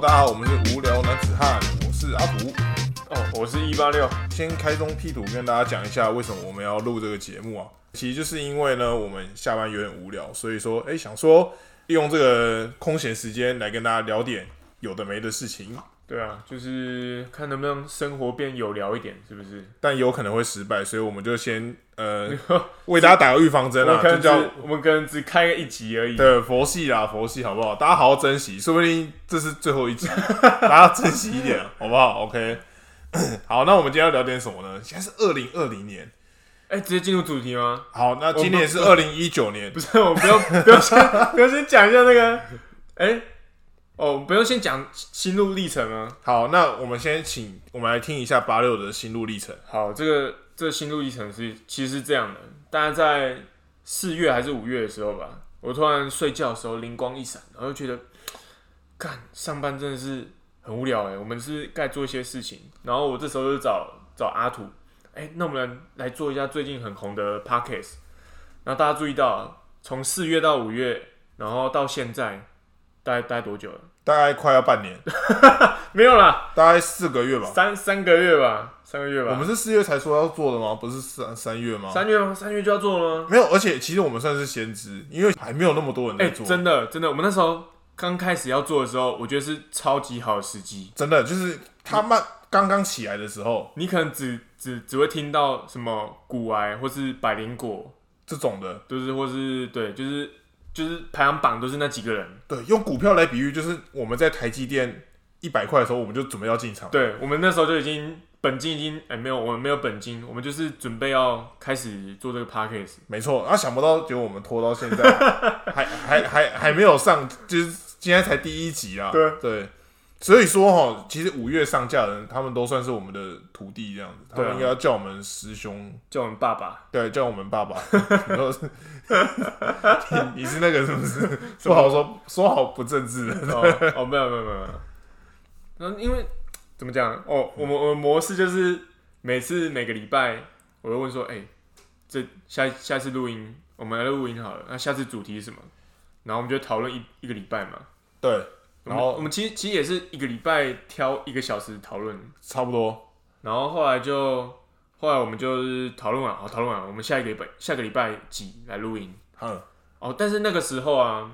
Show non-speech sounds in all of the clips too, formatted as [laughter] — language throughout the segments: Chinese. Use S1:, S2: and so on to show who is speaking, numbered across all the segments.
S1: 大家好，我们是无聊男子汉，我是阿福。
S2: 哦，我是一八六，
S1: 先开宗辟土跟大家讲一下，为什么我们要录这个节目啊？其实就是因为呢，我们下班有点无聊，所以说，哎、想说利用这个空闲时间来跟大家聊点有的没的事情，
S2: 对啊，就是看能不能生活变有聊一点，是不是？
S1: 但有可能会失败，所以我们就先呃为大家打个预防针
S2: 我们
S1: 啊，
S2: 可
S1: 就
S2: 能只
S1: 叫
S2: 我们可能只开个一集而已，
S1: 对佛系啦，佛系好不好？大家好好珍惜，说不定这是最后一集，大家珍惜一点，好不好？OK。好，那我们今天要聊点什么呢？现在是二零二零年，
S2: 哎、直接进入主题吗？ [laughs]
S1: 好，那今年是
S2: 我
S1: 二零一九年
S2: 不，是，我不要不要先不要先讲一下那个，哎、哦，不用先讲心路历程吗？
S1: 好，那我们先请我们来听一下八六的心路历程。
S2: 好，这个这个心路历程是其实是这样的，大概在四月还是五月的时候吧，我突然睡觉的时候灵光一闪，然后就觉得，干上班真的是很无聊哎、我们是该做一些事情，然后我这时候就找找阿土，哎、那我们来来做一下最近很红的 podcast，那大家注意到，啊从四月到五月，然后到现在，大概大概多久了？
S1: 大概快要半年， [laughs]
S2: 没有啦，
S1: 大概四个月吧。
S2: 三三个月吧，三个月吧，
S1: 我们是四月才说要做的吗？不是三三月吗？
S2: 三月吗？三月就要做了吗？
S1: 没有，而且其实我们算是先知，因为还没有那么多人
S2: 哎、
S1: 在做。
S2: 真的真的，我们那时候刚开始要做的时候，我觉得是超级好的时机。
S1: 真的就是他慢刚刚起来的时候，
S2: 你可能只只只会听到什么骨癌或是百灵果，
S1: 这种的，
S2: 就是或是对，就是就是排行榜都是那几个人。
S1: 对，用股票来比喻，就是我们在台积电一百块的时候，我们就准备要进场。
S2: 对我们那时候就已经本金已经哎、没有，我们没有本金，我们就是准备要开始做这个 p a c k a g e
S1: 没错，啊，想不到，结果我们拖到现在，还还还还没有上，就是今天才第一集啊。
S2: 对
S1: 对，所以说哈，其实五月上架的人，他们都算是我们的徒弟这样子，他
S2: 对啊
S1: 们应该要叫我们师兄，
S2: 叫我们爸爸。
S1: 对，叫我们
S2: [laughs]
S1: 爸爸。你说是你你是那个是不是？说好说说好不政治的，
S2: 哦哦，没有没有没有没有。然后因为怎么讲？哦，我
S1: 嗯
S2: 们我们模式就是每次每个礼拜，我会问说，哎、这下下次录音，我们来录音好了。那下次主题是什么？然后我们就讨论一一个礼拜嘛。
S1: 对，
S2: 我们
S1: 然后
S2: 我们其实其实也是一个礼拜挑一个小时讨论，
S1: 差不多，
S2: 然后后来就后来我们就是讨论完，好讨论完，我们下一个礼拜下个礼拜几来录音。
S1: 嗯，
S2: 哦，但是那个时候啊，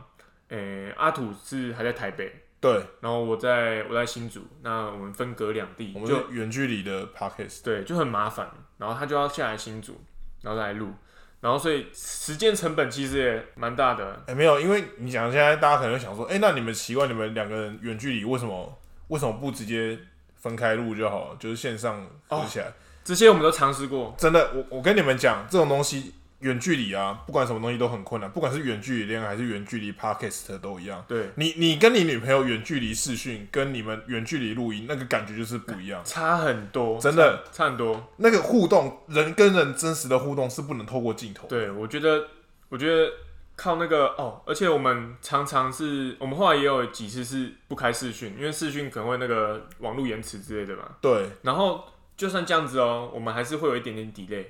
S2: 诶、阿土是还在台北，
S1: 对，
S2: 然后我在我在新竹，那我们分隔两地
S1: 我，们
S2: 就是
S1: 远距离的 podcast，
S2: 对就很麻烦。然后他就要下来新竹，然后再来录，然后所以时间成本其实也蛮大的。
S1: 哎、没有，因为你讲现在大家可能会想说，哎、那你们奇怪，你们两个人远距离为什么为什么不直接分开录就好了，就是线上录起来？
S2: 这些我们都尝试过，
S1: 真的，我我跟你们讲，这种东西远距离啊，不管什么东西都很困难，不管是远距离恋爱还是远距离 podcast 都一样。
S2: 对，
S1: 你你跟你女朋友远距离视讯，跟你们远距离录音，那个感觉就是不一
S2: [laughs]
S1: 样，
S2: 差很多，
S1: 真的，
S2: 差很多。
S1: 那个互动，人跟人真实的互动是不能透过镜头。
S2: 对，我觉得，我觉得靠那个哦，而且我们常常是我们后来也有几次是不开视讯，因为视讯可能会那个网络延迟之类的嘛。
S1: 对，
S2: 然后就算这样子哦，我们还是会有一点点 delay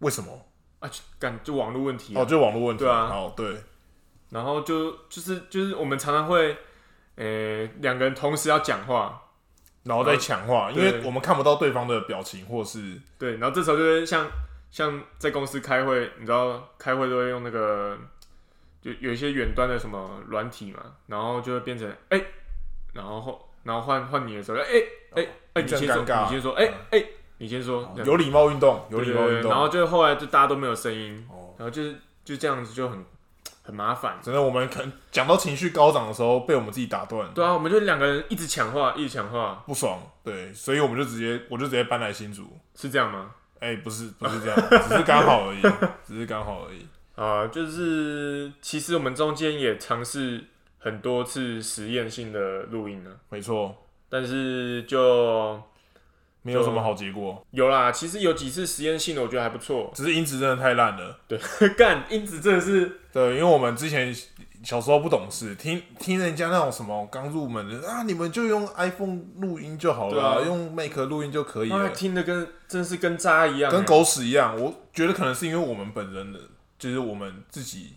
S1: 为什么？
S2: 啊，就感就网络问题啊
S1: 哦，就网络问题。
S2: 对啊
S1: 好，对，
S2: 然后就就是就是我们常常会，呃，两个人同时要讲话，
S1: 然后再强化，因
S2: 对
S1: 为我们看不到对方的表情，或是
S2: 对，然后这时候就会像像在公司开会，你知道开会都会用那个，就有一些远端的什么软体嘛，然后就会变成哎、然后后然后换换你的时候，哎哎哎，你
S1: 这
S2: 先
S1: 样
S2: 说，
S1: 尴尬
S2: 你先说，哎、哎、你先说，这样
S1: 哦有礼貌运动，有
S2: 对
S1: 礼
S2: 对
S1: 貌
S2: 对
S1: 运动。
S2: 然后就后来就大家都没有声音，
S1: 哦，
S2: 然后就是就这样子就很很麻烦。
S1: 真的，我们可能讲到情绪高涨的时候，被我们自己打断，
S2: 对啊，我们就两个人一直抢话，一直抢话，
S1: 不爽，对，所以我们就直接，我就直接搬来新竹。
S2: 是这样吗？
S1: 哎、不是，不是这样， [laughs] 只是刚好而已，只是刚好而已。
S2: 啊、就是其实我们中间也尝试很多次实验性的录音了，
S1: 没错，
S2: 但是就
S1: 没有什么好结果，
S2: 有啦。其实有几次实验性的，我觉得还不错。
S1: 只是音质真的太烂了。
S2: [laughs] 干音质真的是
S1: 对，因为我们之前小时候不懂事，听听人家那种什么刚入门的啊，你们就用 iPhone 录音就好了啊、
S2: 对啊
S1: 用 Mac 录音就可以
S2: 妈
S1: 了。
S2: 听的跟真是跟渣一样欸、
S1: 跟狗屎一样。我觉得可能是因为我们本人的，就是我们自己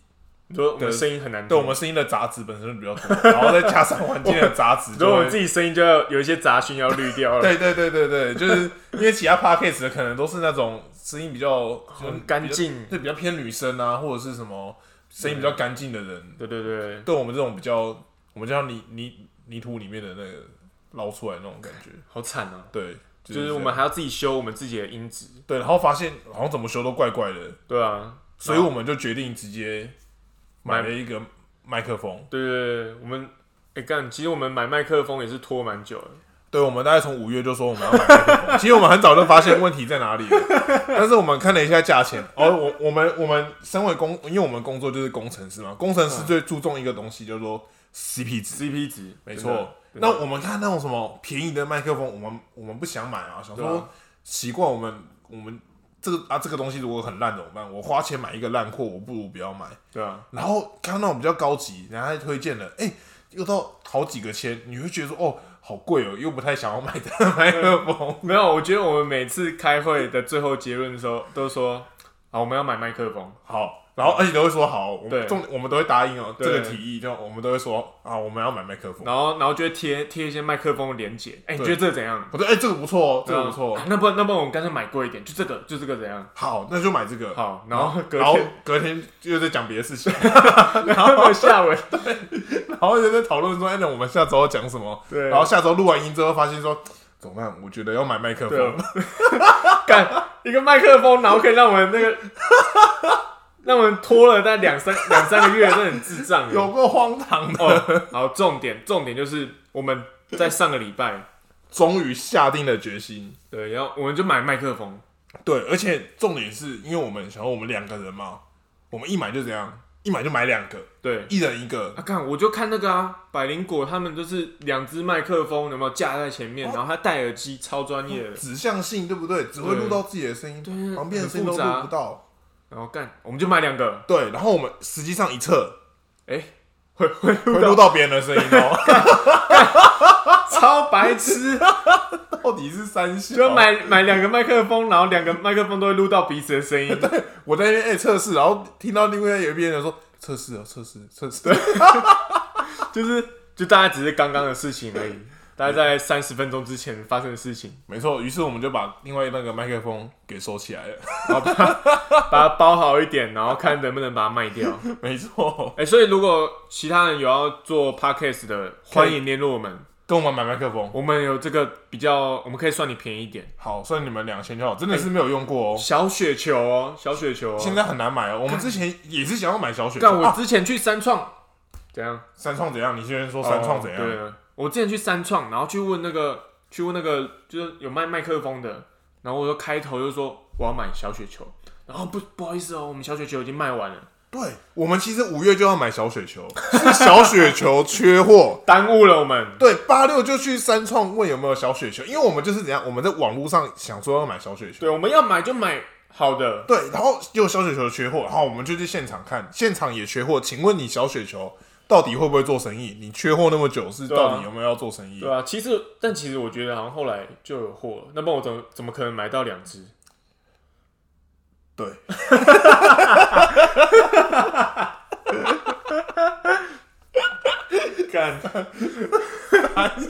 S2: 你说我们声音很难听，
S1: 对我们声音的杂质本身就比较多，然后再加上环境的杂质，
S2: 如果我们
S1: 就
S2: 自
S1: 会
S2: 己声音就要有一些杂讯要滤掉
S1: [laughs]
S2: 了，
S1: 对对对对对，就是因为其他 podcast 的可能都是那种声音比较
S2: 很干，净。
S1: 对比较偏女生啊，或者是什么声音比较干净的人，
S2: 对对对，
S1: 对我们这种比较我们叫泥泥泥土里面的那个捞出来那种感觉，
S2: 好惨啊！
S1: 对，这
S2: 就是
S1: 样
S2: 我们还要自己修我们自己的音质，
S1: 对，然后发现好像怎么修都怪怪的，
S2: 对啊，
S1: 所以我们就决定直接买了一个麦克风。
S2: 对对对，我们哎干，其实我们买麦克风也是拖蛮久的，
S1: 对，我们大概从五月就说我们要买麦克 [laughs] 风，其实我们很早就发现问题在哪里了，但是我们看了一下价钱，哦，我我们我们身为工，因为我们工作就是工程师嘛，工程师最注重一个东西叫做 CP 值，
S2: CP 值
S1: 没
S2: 真的
S1: 错。
S2: 真的
S1: 那我们看那种什么便宜的麦克风，我们我们不想买啊，想
S2: 对
S1: 说
S2: 啊
S1: 奇怪，我们我们这个啊这个东西如果很烂怎么办？我花钱买一个烂货，我不如不要买。
S2: 对啊，
S1: 然后看到那种比较高级，人家还推荐了，哎、又到好几个千，你会觉得说哦，好贵哦，又不太想要买这个麦克
S2: [laughs]
S1: 风。
S2: 没有，我觉得我们每次开会的最后结论的时候都说，好，我们要买麦克风，
S1: 好，然后而且都会说好，我
S2: 对
S1: 们重我们都会答应哦，这
S2: 对
S1: 个提议就我们都会说啊，我们要买麦克风。
S2: 然后然后就会贴贴一些麦克风的连接，哎，你
S1: 对
S2: 觉得这个怎样？
S1: 我说哎、这个不错哦，这个不错
S2: 对啊
S1: 哦，
S2: 那不然那不然我们干脆买贵一点，就这个就这个怎样？
S1: 好，那就买这个。
S2: 好，然后隔
S1: 然后
S2: 天，
S1: 隔天又在讲别的事情， [laughs]
S2: [laughs] 然后下文，
S1: 然后又在讨论说，哎、那我们下周要讲什么？
S2: 对，
S1: 然后下周录完音之后，发现说怎么办？我觉得要买麦克
S2: 对 [laughs] 啊
S1: 风。，
S2: 干一个麦克风，然后可以让我们
S1: [laughs]
S2: 那个，让我们拖了大概两三两三个月，真的很智障
S1: [laughs] [laughs]
S2: 耶。
S1: 有够荒唐的，
S2: 哦，好，重点重点就是我们在上个礼拜，
S1: 终于下定了决心，
S2: 对，然后我们就买麦克风，
S1: 对，而且重点是因为我们想要我们两个人嘛，我们一买就这样，一买就买两个，
S2: 对。
S1: 一人一个
S2: 啊，，看我就看那个啊，百灵果他们就是两只麦克风，有没有架在前面，然后他戴耳机，超专业的。
S1: 指向性对不对？只会录到自己的声音，
S2: 对
S1: 旁边的声音都
S2: 很复杂
S1: 录不到。
S2: 然后干，我们就买两个，
S1: 对，然后我们实际上一测，
S2: [laughs] 哎、会会
S1: 会录到别人的声音
S2: [laughs]
S1: 哦。
S2: 超白痴，
S1: 到底是三小？
S2: 就买买两个麦克风，然后两个麦克风都会录到彼此的声音。
S1: 我在那边哎测试，然后听到另外有一边人说测试哦，测试测试。
S2: 就是就大家只是刚刚的事情而已，大家在三十分钟之前发生的事情，
S1: 没错，于是我们就把另外那个麦克风给收起来了。 [laughs]
S2: 把它包好一点，然后看能不能把它卖掉。
S1: 没错，
S2: 哎、所以如果其他人有要做 podcast 的，
S1: 可以
S2: 欢迎联络我们，
S1: 跟我们买麦克风，
S2: 我们有这个比较，我们可以算你便宜一点。
S1: 好，算你们两千就好，真的是没有用过哦。
S2: 小雪球哦，小雪球、
S1: 现
S2: 哦。
S1: 在很难买哦，我们之前也是想要买小雪球，
S2: 但我
S1: 啊
S2: 之前去三创，怎样？
S1: 三创怎样？你先说三创怎样？
S2: 哦对，我之前去三创，然后去问那个，去问那个，就是有卖麦克风的，然后我就开头就说我要买小雪球，然后不不好意思哦，我们小雪球已经卖完了。
S1: 对我们其实五月就要买小雪球， [laughs] 是小雪球缺货。
S2: 耽误了我们。
S1: 对，八六就去三创问有没有小雪球，因为我们就是怎样，我们在网络上想说要买小雪球，
S2: 对，我们要买就买好的，
S1: 对，然后又小雪球缺货，然后我们就去现场看，现场也缺货。请问你小雪球到底会不会做生意？你缺货那么久，是
S2: 对啊
S1: 到底有没有要做生意？
S2: 对啊。其实，但其实我觉得好像后来就有货了，那么我怎么怎么可能买到两只？
S1: 对，
S2: [laughs] 干，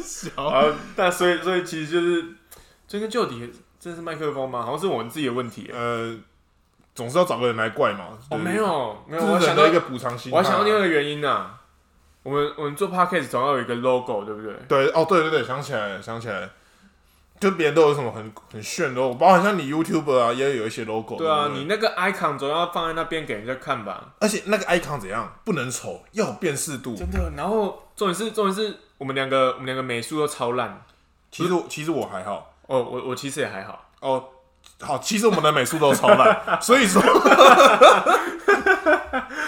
S1: 小
S2: 好，那所以所以其实就是追根究底，这是麦克风吗？好像是我们自己的问题。啊
S1: 呃，总是要找个人来怪嘛。对
S2: 哦，没，有没有，
S1: 这
S2: 我
S1: 是人
S2: 想到
S1: 的一个，补偿心态啊。
S2: 我还想到另外一个原因呢、我们我们做 podcast 总要有一个 logo，对不对？
S1: 对，哦，对对对，想起来了，想起来了，就别人都有什么很很炫的 logo，包括像你 YouTuber 啊，也有一些 logo
S2: 对啊，
S1: 不
S2: 你那个 icon 总要放在那边给人家看吧。
S1: 而且那个 icon 怎样，不能丑，要有辨识度。
S2: 真的，然后重点是重点是我们两个我们两个美术都超烂。
S1: 其实我其实我还好
S2: 哦，我我其实也还好，
S1: 哦，好，其实我们的美术都超烂， [laughs] 所以说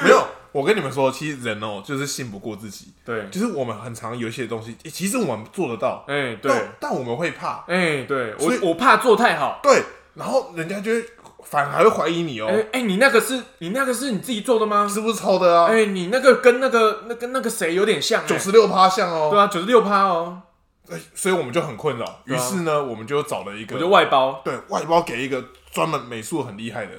S1: 没有。我跟你们说，其实人哦，就是信不过自己，
S2: 对，
S1: 就是我们很常有一些东西，诶其实我们做得到，
S2: 哎、对，
S1: 但但我们会怕，
S2: 哎、对
S1: 哦所以
S2: 我我怕做太好，
S1: 对，然后人家就会反而会怀疑你哦，
S2: 哎、哎、你那个是你那个是你自己做的吗？
S1: 是不是抄的啊？
S2: 哎、你那个跟那个那跟那个谁有点像、哎
S1: 九十六趴像哦，
S2: 对啊，九十六趴哦，
S1: 对所以我们就很困扰。于
S2: 啊
S1: 是呢，我们就找了一
S2: 我就
S1: 个
S2: 外包，
S1: 对外包给一个专门美术很厉害的，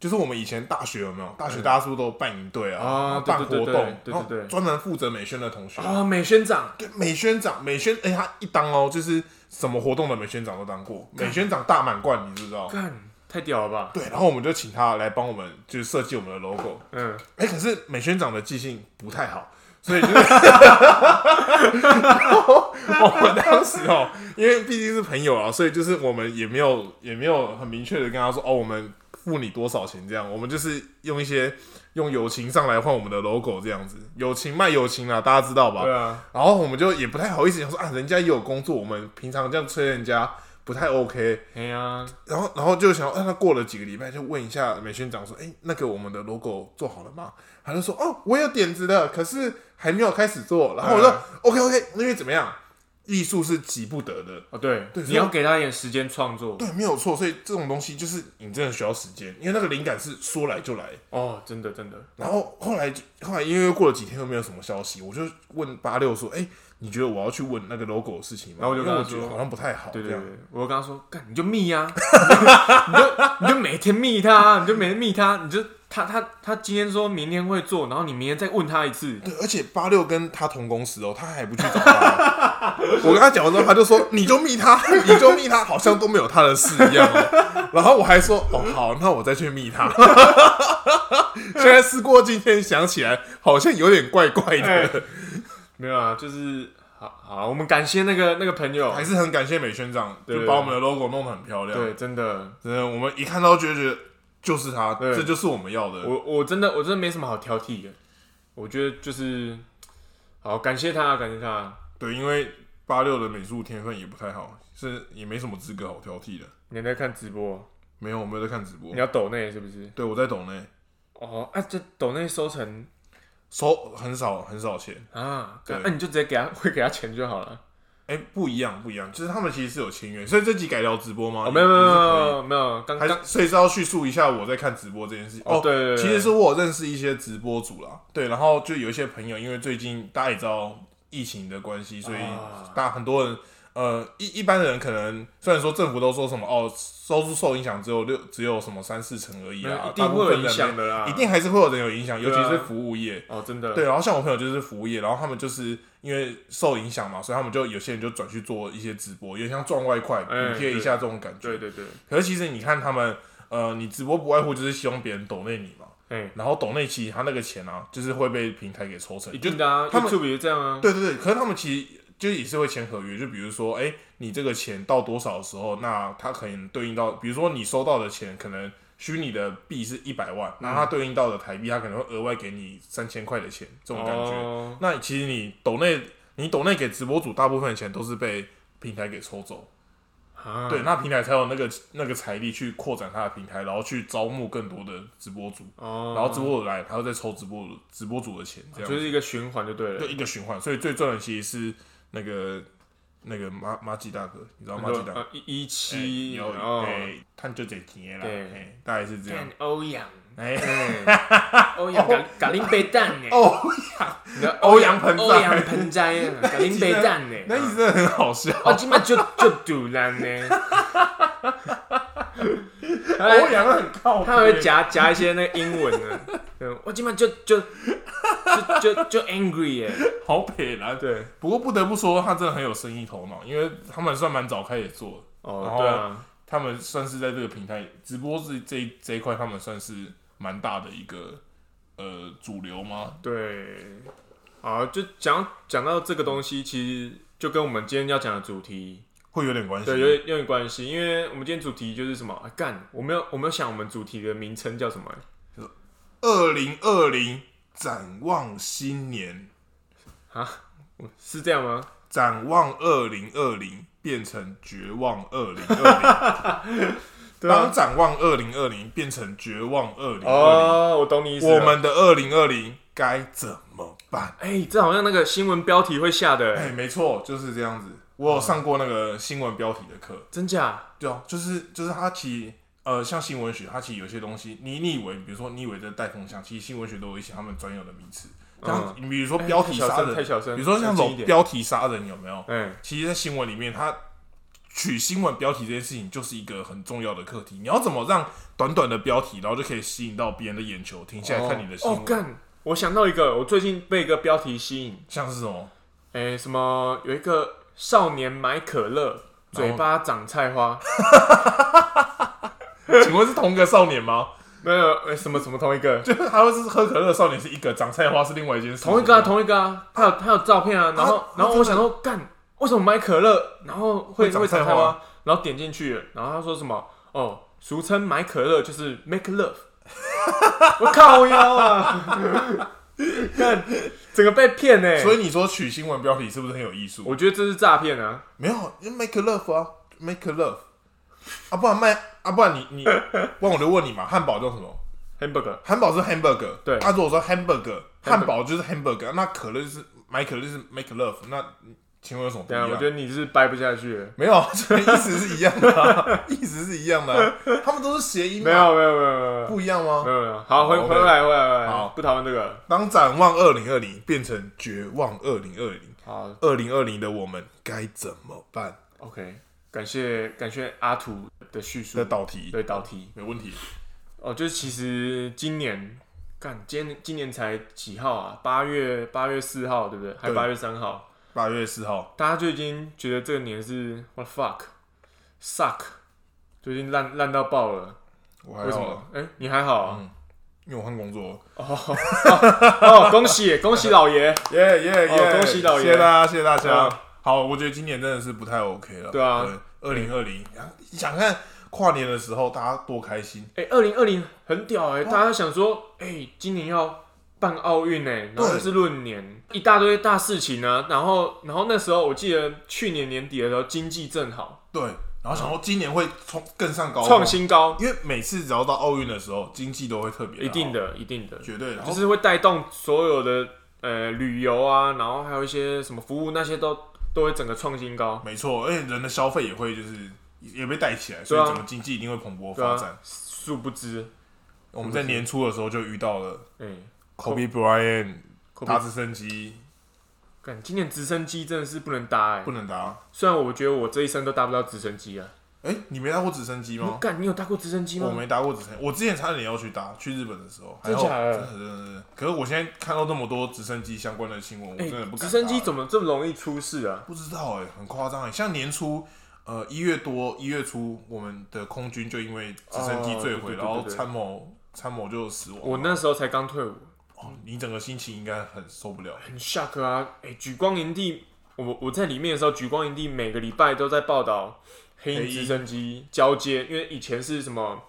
S1: 就是我们以前大学有没有？大学大家是不是都有办营队啊，
S2: 哎啊
S1: 然后办
S2: 对对
S1: 活
S2: 对
S1: 动，
S2: 对对
S1: 然后
S2: 对
S1: 专门负责美宣的同学，
S2: 啊，美宣长，
S1: 对美宣长，美宣，哎、他一当哦，就是什么活动的美宣长都当过，美宣长大满贯，你知不知道？
S2: 干，太屌了吧？
S1: 对，然后我们就请他来帮我们，就是设计我们的 logo。
S2: 嗯，
S1: 哎、可是美宣长的记性不太好，所以就是， [laughs] 然后我们当时哦，因为毕竟是朋友啊，所以就是我们也没有也没有很明确的跟他说哦，我们付你多少钱这样，我们就是用一些用友情上来换我们的 logo 这样子，友情卖友情啊，大家知道吧？
S2: 对啊，
S1: 然后我们就也不太好意思，想说啊，人家也有工作，我们平常这样催人家不太 OK。
S2: 哎呀，
S1: 然后，然后就想，啊，那过了几个礼拜，就问一下美宣长说，哎，那个我们的 logo 做好了吗？他就说，哦，我有点子的，可是还没有开始做。然后我说、
S2: 嗯
S1: OK OK，因为怎么样，艺术是急不得的，
S2: 哦对，
S1: 对
S2: 你要给他一点时间创作，
S1: 对，没有错。所以这种东西就是你真的需要时间，因为那个灵感是说来就来。
S2: 哦，真的真的，
S1: 然后后来就后来因为过了几天都没有什么消息，我就问八六说，哎，你觉得我要去问那个 logo 的事情吗？
S2: 然后我就
S1: 因为
S2: 跟
S1: 我
S2: 他
S1: 觉得
S2: 说
S1: 好像不太好，
S2: 对
S1: 这
S2: 对
S1: 样。
S2: 对，我跟他说，干你就密呀、 [laughs] 啊，你就你就你就每天密他，你就每天密他，你就他他他今天说明天会做，然后你明天再问他一次，
S1: 对，而且八六跟他同公司哦，他还不去找他。哦 [laughs] 我跟他讲完之后，他就说：“你就密他， [laughs] 你就密他，好像都没有他的事一样哦。”然后我还说：“哦，好，那我再去密他。” [laughs] 现在事过境迁，想起来好像有点怪怪的，
S2: 哎没有啊，就是好好，我们感谢那个那个朋友
S1: 还，是很感谢美宣长，
S2: 对
S1: 就把我们的 logo 弄得很漂亮。
S2: 对，真的，
S1: 真的，我们一看到就觉得就是他，
S2: 对
S1: 这就是我们要的。
S2: 我我真的我真的没什么好挑剔的，我觉得就是好感谢他，感谢他，
S1: 对，因为八六的美术天分也不太好，是也没什么资格好挑剔的。
S2: 你在看直播，
S1: 没有，我没有在看直播
S2: 你。要抖内是不是？
S1: 对，我在懂内。
S2: 哦，啊，这抖内收成
S1: 收很少很少钱，
S2: 啊，
S1: 对
S2: 那、你就直接给他 [laughs] 会给他钱就好了。
S1: 哎、不一样不一样，就是他们其实是有签约，所以这集改聊直播吗？
S2: 哦，没有没有
S1: 也
S2: 没
S1: 是
S2: 有
S1: 可以
S2: 没有没有，刚
S1: 还
S2: 刚
S1: 是所以是要叙述一下我在看直播这件事情
S2: 哦对对对
S1: 其实是我有认识一些直播主啦，对，然后就有一些朋友，因为最近大家也知道疫情的关系，所以
S2: 啊
S1: 大很多人呃一一般的人可能虽然说政府都说什么哦收入受影响只有六只有什么三四成而已
S2: 没有
S1: 啊，
S2: 一定会有影响
S1: 的，
S2: 的啦，
S1: 一定还是会有人有影响，尤其
S2: 对
S1: 是
S2: 啊
S1: 服务业，
S2: 哦，真的，
S1: 对，然后像我朋友就是服务业，然后他们就是因为受影响嘛，所以他们就有些人就转去做一些直播，有点像赚外快，
S2: 哎
S1: 补贴一下这种感觉。
S2: 对对对，
S1: 可是其实你看他们，呃，你直播不外乎就是希望别人抖内你嘛，
S2: 哎，
S1: 然后抖内其实他那个钱啊，就是会被平台给抽成
S2: 一。定的啊，
S1: 他们
S2: YouTube 也这样啊，
S1: 对对对，可是他们其实就也是会签合约，就比如说，哎，你这个钱到多少的时候，那它可能对应到，比如说你收到的钱可能。虚拟的币是一百万，那它
S2: 嗯
S1: 对应到的台币，它可能会额外给你三千块的钱，这种感觉。
S2: 哦
S1: 那其实你抖内，你抖内给直播主大部分的钱都是被平台给抽走，
S2: 啊，
S1: 对，那平台才有那个那个财力去扩展它的平台，然后去招募更多的直播主，
S2: 哦，
S1: 然后直播主来，他又再抽直播主直播主的钱，这样
S2: 就是一个循环就对
S1: 就
S2: 了，
S1: 一个循环。所以最赚的其实是那个那个马马吉大哥，你知道马吉大哥？
S2: 呃一一
S1: 哎
S2: 七，
S1: 有
S2: 哦，
S1: 哎，探就这钱啦，
S2: 对
S1: 哎大概是这样
S2: 看。欧阳，
S1: 哎，
S2: 哎，欧阳咖咖喱贝蛋呢？
S1: 哦，
S2: 你知道
S1: 欧阳盆栽
S2: 欧阳盆栽啊，咖喱贝蛋 [laughs] 呢？
S1: [laughs] 那一直真的很好笑。
S2: 我今麦就就堵烂呢。
S1: 欧阳很靠北，
S2: 哎他会夹夹一些那个英文 [laughs] 的，对我今晚就就就就就 angry 耶、
S1: 好北蓝。
S2: 对，
S1: 不过不得不说，他真的很有生意头脑，因为他们算蛮早开始做的，然
S2: 哦，
S1: 后
S2: 对啊，
S1: 他们算是在这个平台直播这这一这一块，他们算是蛮大的一个呃主流吗？
S2: 对，好，就讲讲到这个东西，其实就跟我们今天要讲的主题，
S1: 会有点关系。
S2: 对，有点有点关系，因为我们今天主题就是什么？啊干、我没有我没有想我们主题的名称叫什么、
S1: 二零二零展望新年，
S2: 是这样吗？
S1: 展望二零二零变成绝望二零二 [laughs] 零，
S2: 啊
S1: 当展望二零二零变成绝望二零二
S2: 哦，我懂你意思
S1: 零，
S2: 了。
S1: 我们的二零二零该怎么办？
S2: 哎、这好像那个新闻标题会下的、
S1: 哎、没错，就是这样子。我有上过那个新闻标题的课，
S2: 真假？
S1: 对啊，就是就是它其实呃，像新闻学，它其实有些东西，你你以为，比如说你以为这带风向，其实新闻学都有一些他们专有的名词，像你比如说
S2: 哎
S1: 标题
S2: 太小
S1: 杀
S2: 声
S1: 人，
S2: 太小声，
S1: 比如说像
S2: 冷
S1: 这
S2: 静一
S1: 种
S2: 点，
S1: 标题杀人有没有？
S2: 哎、
S1: 其实，在新闻里面，它取新闻标题这件事情就是一个很重要的课题。你要怎么让短短的标题，然后就可以吸引到别人的眼球，停下来看你的新
S2: 哦
S1: 闻？，
S2: 干！我想到一个，我最近被一个标题吸引，
S1: 像是什么？ [laughs]
S2: 诶、什么有一个少年买可乐，嘴巴长菜花，
S1: 请问是同一个少年吗？
S2: 没有，诶、什么什么同一个，
S1: [laughs] 就是他会是喝可乐的少年是一个，长菜花是另外一件事。
S2: 同一个啊，同一个啊，他有他有照片啊，然后
S1: 啊
S2: 然
S1: 真
S2: 后
S1: 的
S2: 我想说，干，为什么买可乐，然后会
S1: 会长
S2: 会长
S1: 菜
S2: 菜
S1: 花
S2: 花，然后点进去了，然后他说什么，哦，俗称买可乐就是 make [laughs] love，我靠腰啊， [laughs] 干，整个被骗呢、欸
S1: 所以你说取新闻标题是不是很有艺术？
S2: 我觉得这是诈骗啊，
S1: 没有就，make a love 啊，make a love 啊，不然卖啊，不然你 [laughs] 你，不然我就问你嘛，汉堡叫什么？
S2: hamburger，
S1: 汉堡是 hamburger，
S2: 对
S1: 啊，如果说 hamburger，汉堡就是 hamburger，那可乐就是买可乐就是 make love，那请问有什么不一
S2: 等一下我
S1: 样？
S2: 觉得你是掰不下去了。
S1: 没有，啊这个意思是一样的、 [laughs] 啊，意思是一样的啊、他们都是谐音嘛，
S2: 没有没有没有没有没有，
S1: 不一样吗
S2: 没？有没有，好，回
S1: 好
S2: 回来回来回
S1: 好
S2: 来，不讨论这个。
S1: 当展望二零二零变成绝望二零二零，
S2: 好
S1: 二零二零的我们该怎么办
S2: ，OK，感谢感谢阿图的叙述
S1: 的，导题？
S2: 对导题
S1: 没问题。
S2: 哦，就是其实今年干，今年今年才几号啊？八月八月四号对不对？还
S1: 对
S2: 八月三号，
S1: 八月四号，
S2: 大家就已经觉得这个年是 what the fuck suck，就已经烂烂到爆了。
S1: 我还
S2: 为什
S1: 好啊嗯
S2: 么？哎，你还好啊？
S1: 因为我换工作。
S2: 哦，恭喜恭喜老爷，
S1: 耶耶耶！
S2: 哦恭喜老爷
S1: 谢谢大家，谢谢大家。
S2: 嗯
S1: 好，我觉得今年真的是不太 OK 了。
S2: 对啊，
S1: 二零二零，你想看跨年的时候大家多开心？
S2: 哎、2二零二零很屌哎、
S1: 哦
S2: 大家想说，哎、今年要办奥运哎，然后
S1: 对
S2: 是闰年，一大堆大事情呢、然后，然后那时候我记得去年年底的时候，经济正好
S1: 对，然后想说今年会冲更上高峰
S2: 创，新高，
S1: 因为每次只要到奥运的时候，经济都会特别好
S2: 一定，的，一定的，
S1: 绝对。然后
S2: 就是会带动所有的呃旅游啊，然后还有一些什么服务那些都都会整个创新高，
S1: 哦没错，而且人的消费也会就是也被带起来，所
S2: 对啊
S1: 以整个经济一定会蓬勃
S2: 对
S1: 发展
S2: 啊。，殊不知，
S1: 我们在年初的时候就遇到了
S2: 哎、
S1: Kobe Bryant
S2: 可
S1: 搭直升机
S2: 干，今年直升机真的是不能搭哎、
S1: 不能搭。
S2: 虽然我觉得我这一生都搭不到直升机啊，
S1: 哎，你没搭过直升机吗？
S2: 干、你有搭过直升机吗？
S1: 我没搭过直升，我之前差点要去搭，去日本的时候，还
S2: 真
S1: 好
S2: 假的
S1: 真的真的真的。可是我现在看到那么多直升机相关的新闻，我
S2: 哎、
S1: 真的不敢搭。
S2: 直升机怎么这么容易出事啊？
S1: 不知道哎、很夸张哎。像年初，呃，一月多一月初，我们的空军就因为直升机坠
S2: 哦对对
S1: 毁，
S2: 对
S1: 然后
S2: 对对
S1: 参谋参谋就死亡。
S2: 我那时候才刚退伍，
S1: 哦，你整个心情应该很受不了。
S2: 很 shock 啊！哎、举光营地，我我在里面的时候，举光营地每个礼拜都在报道黑
S1: 黑
S2: 鹰
S1: 鹰
S2: 直升机交接，因为以前是什么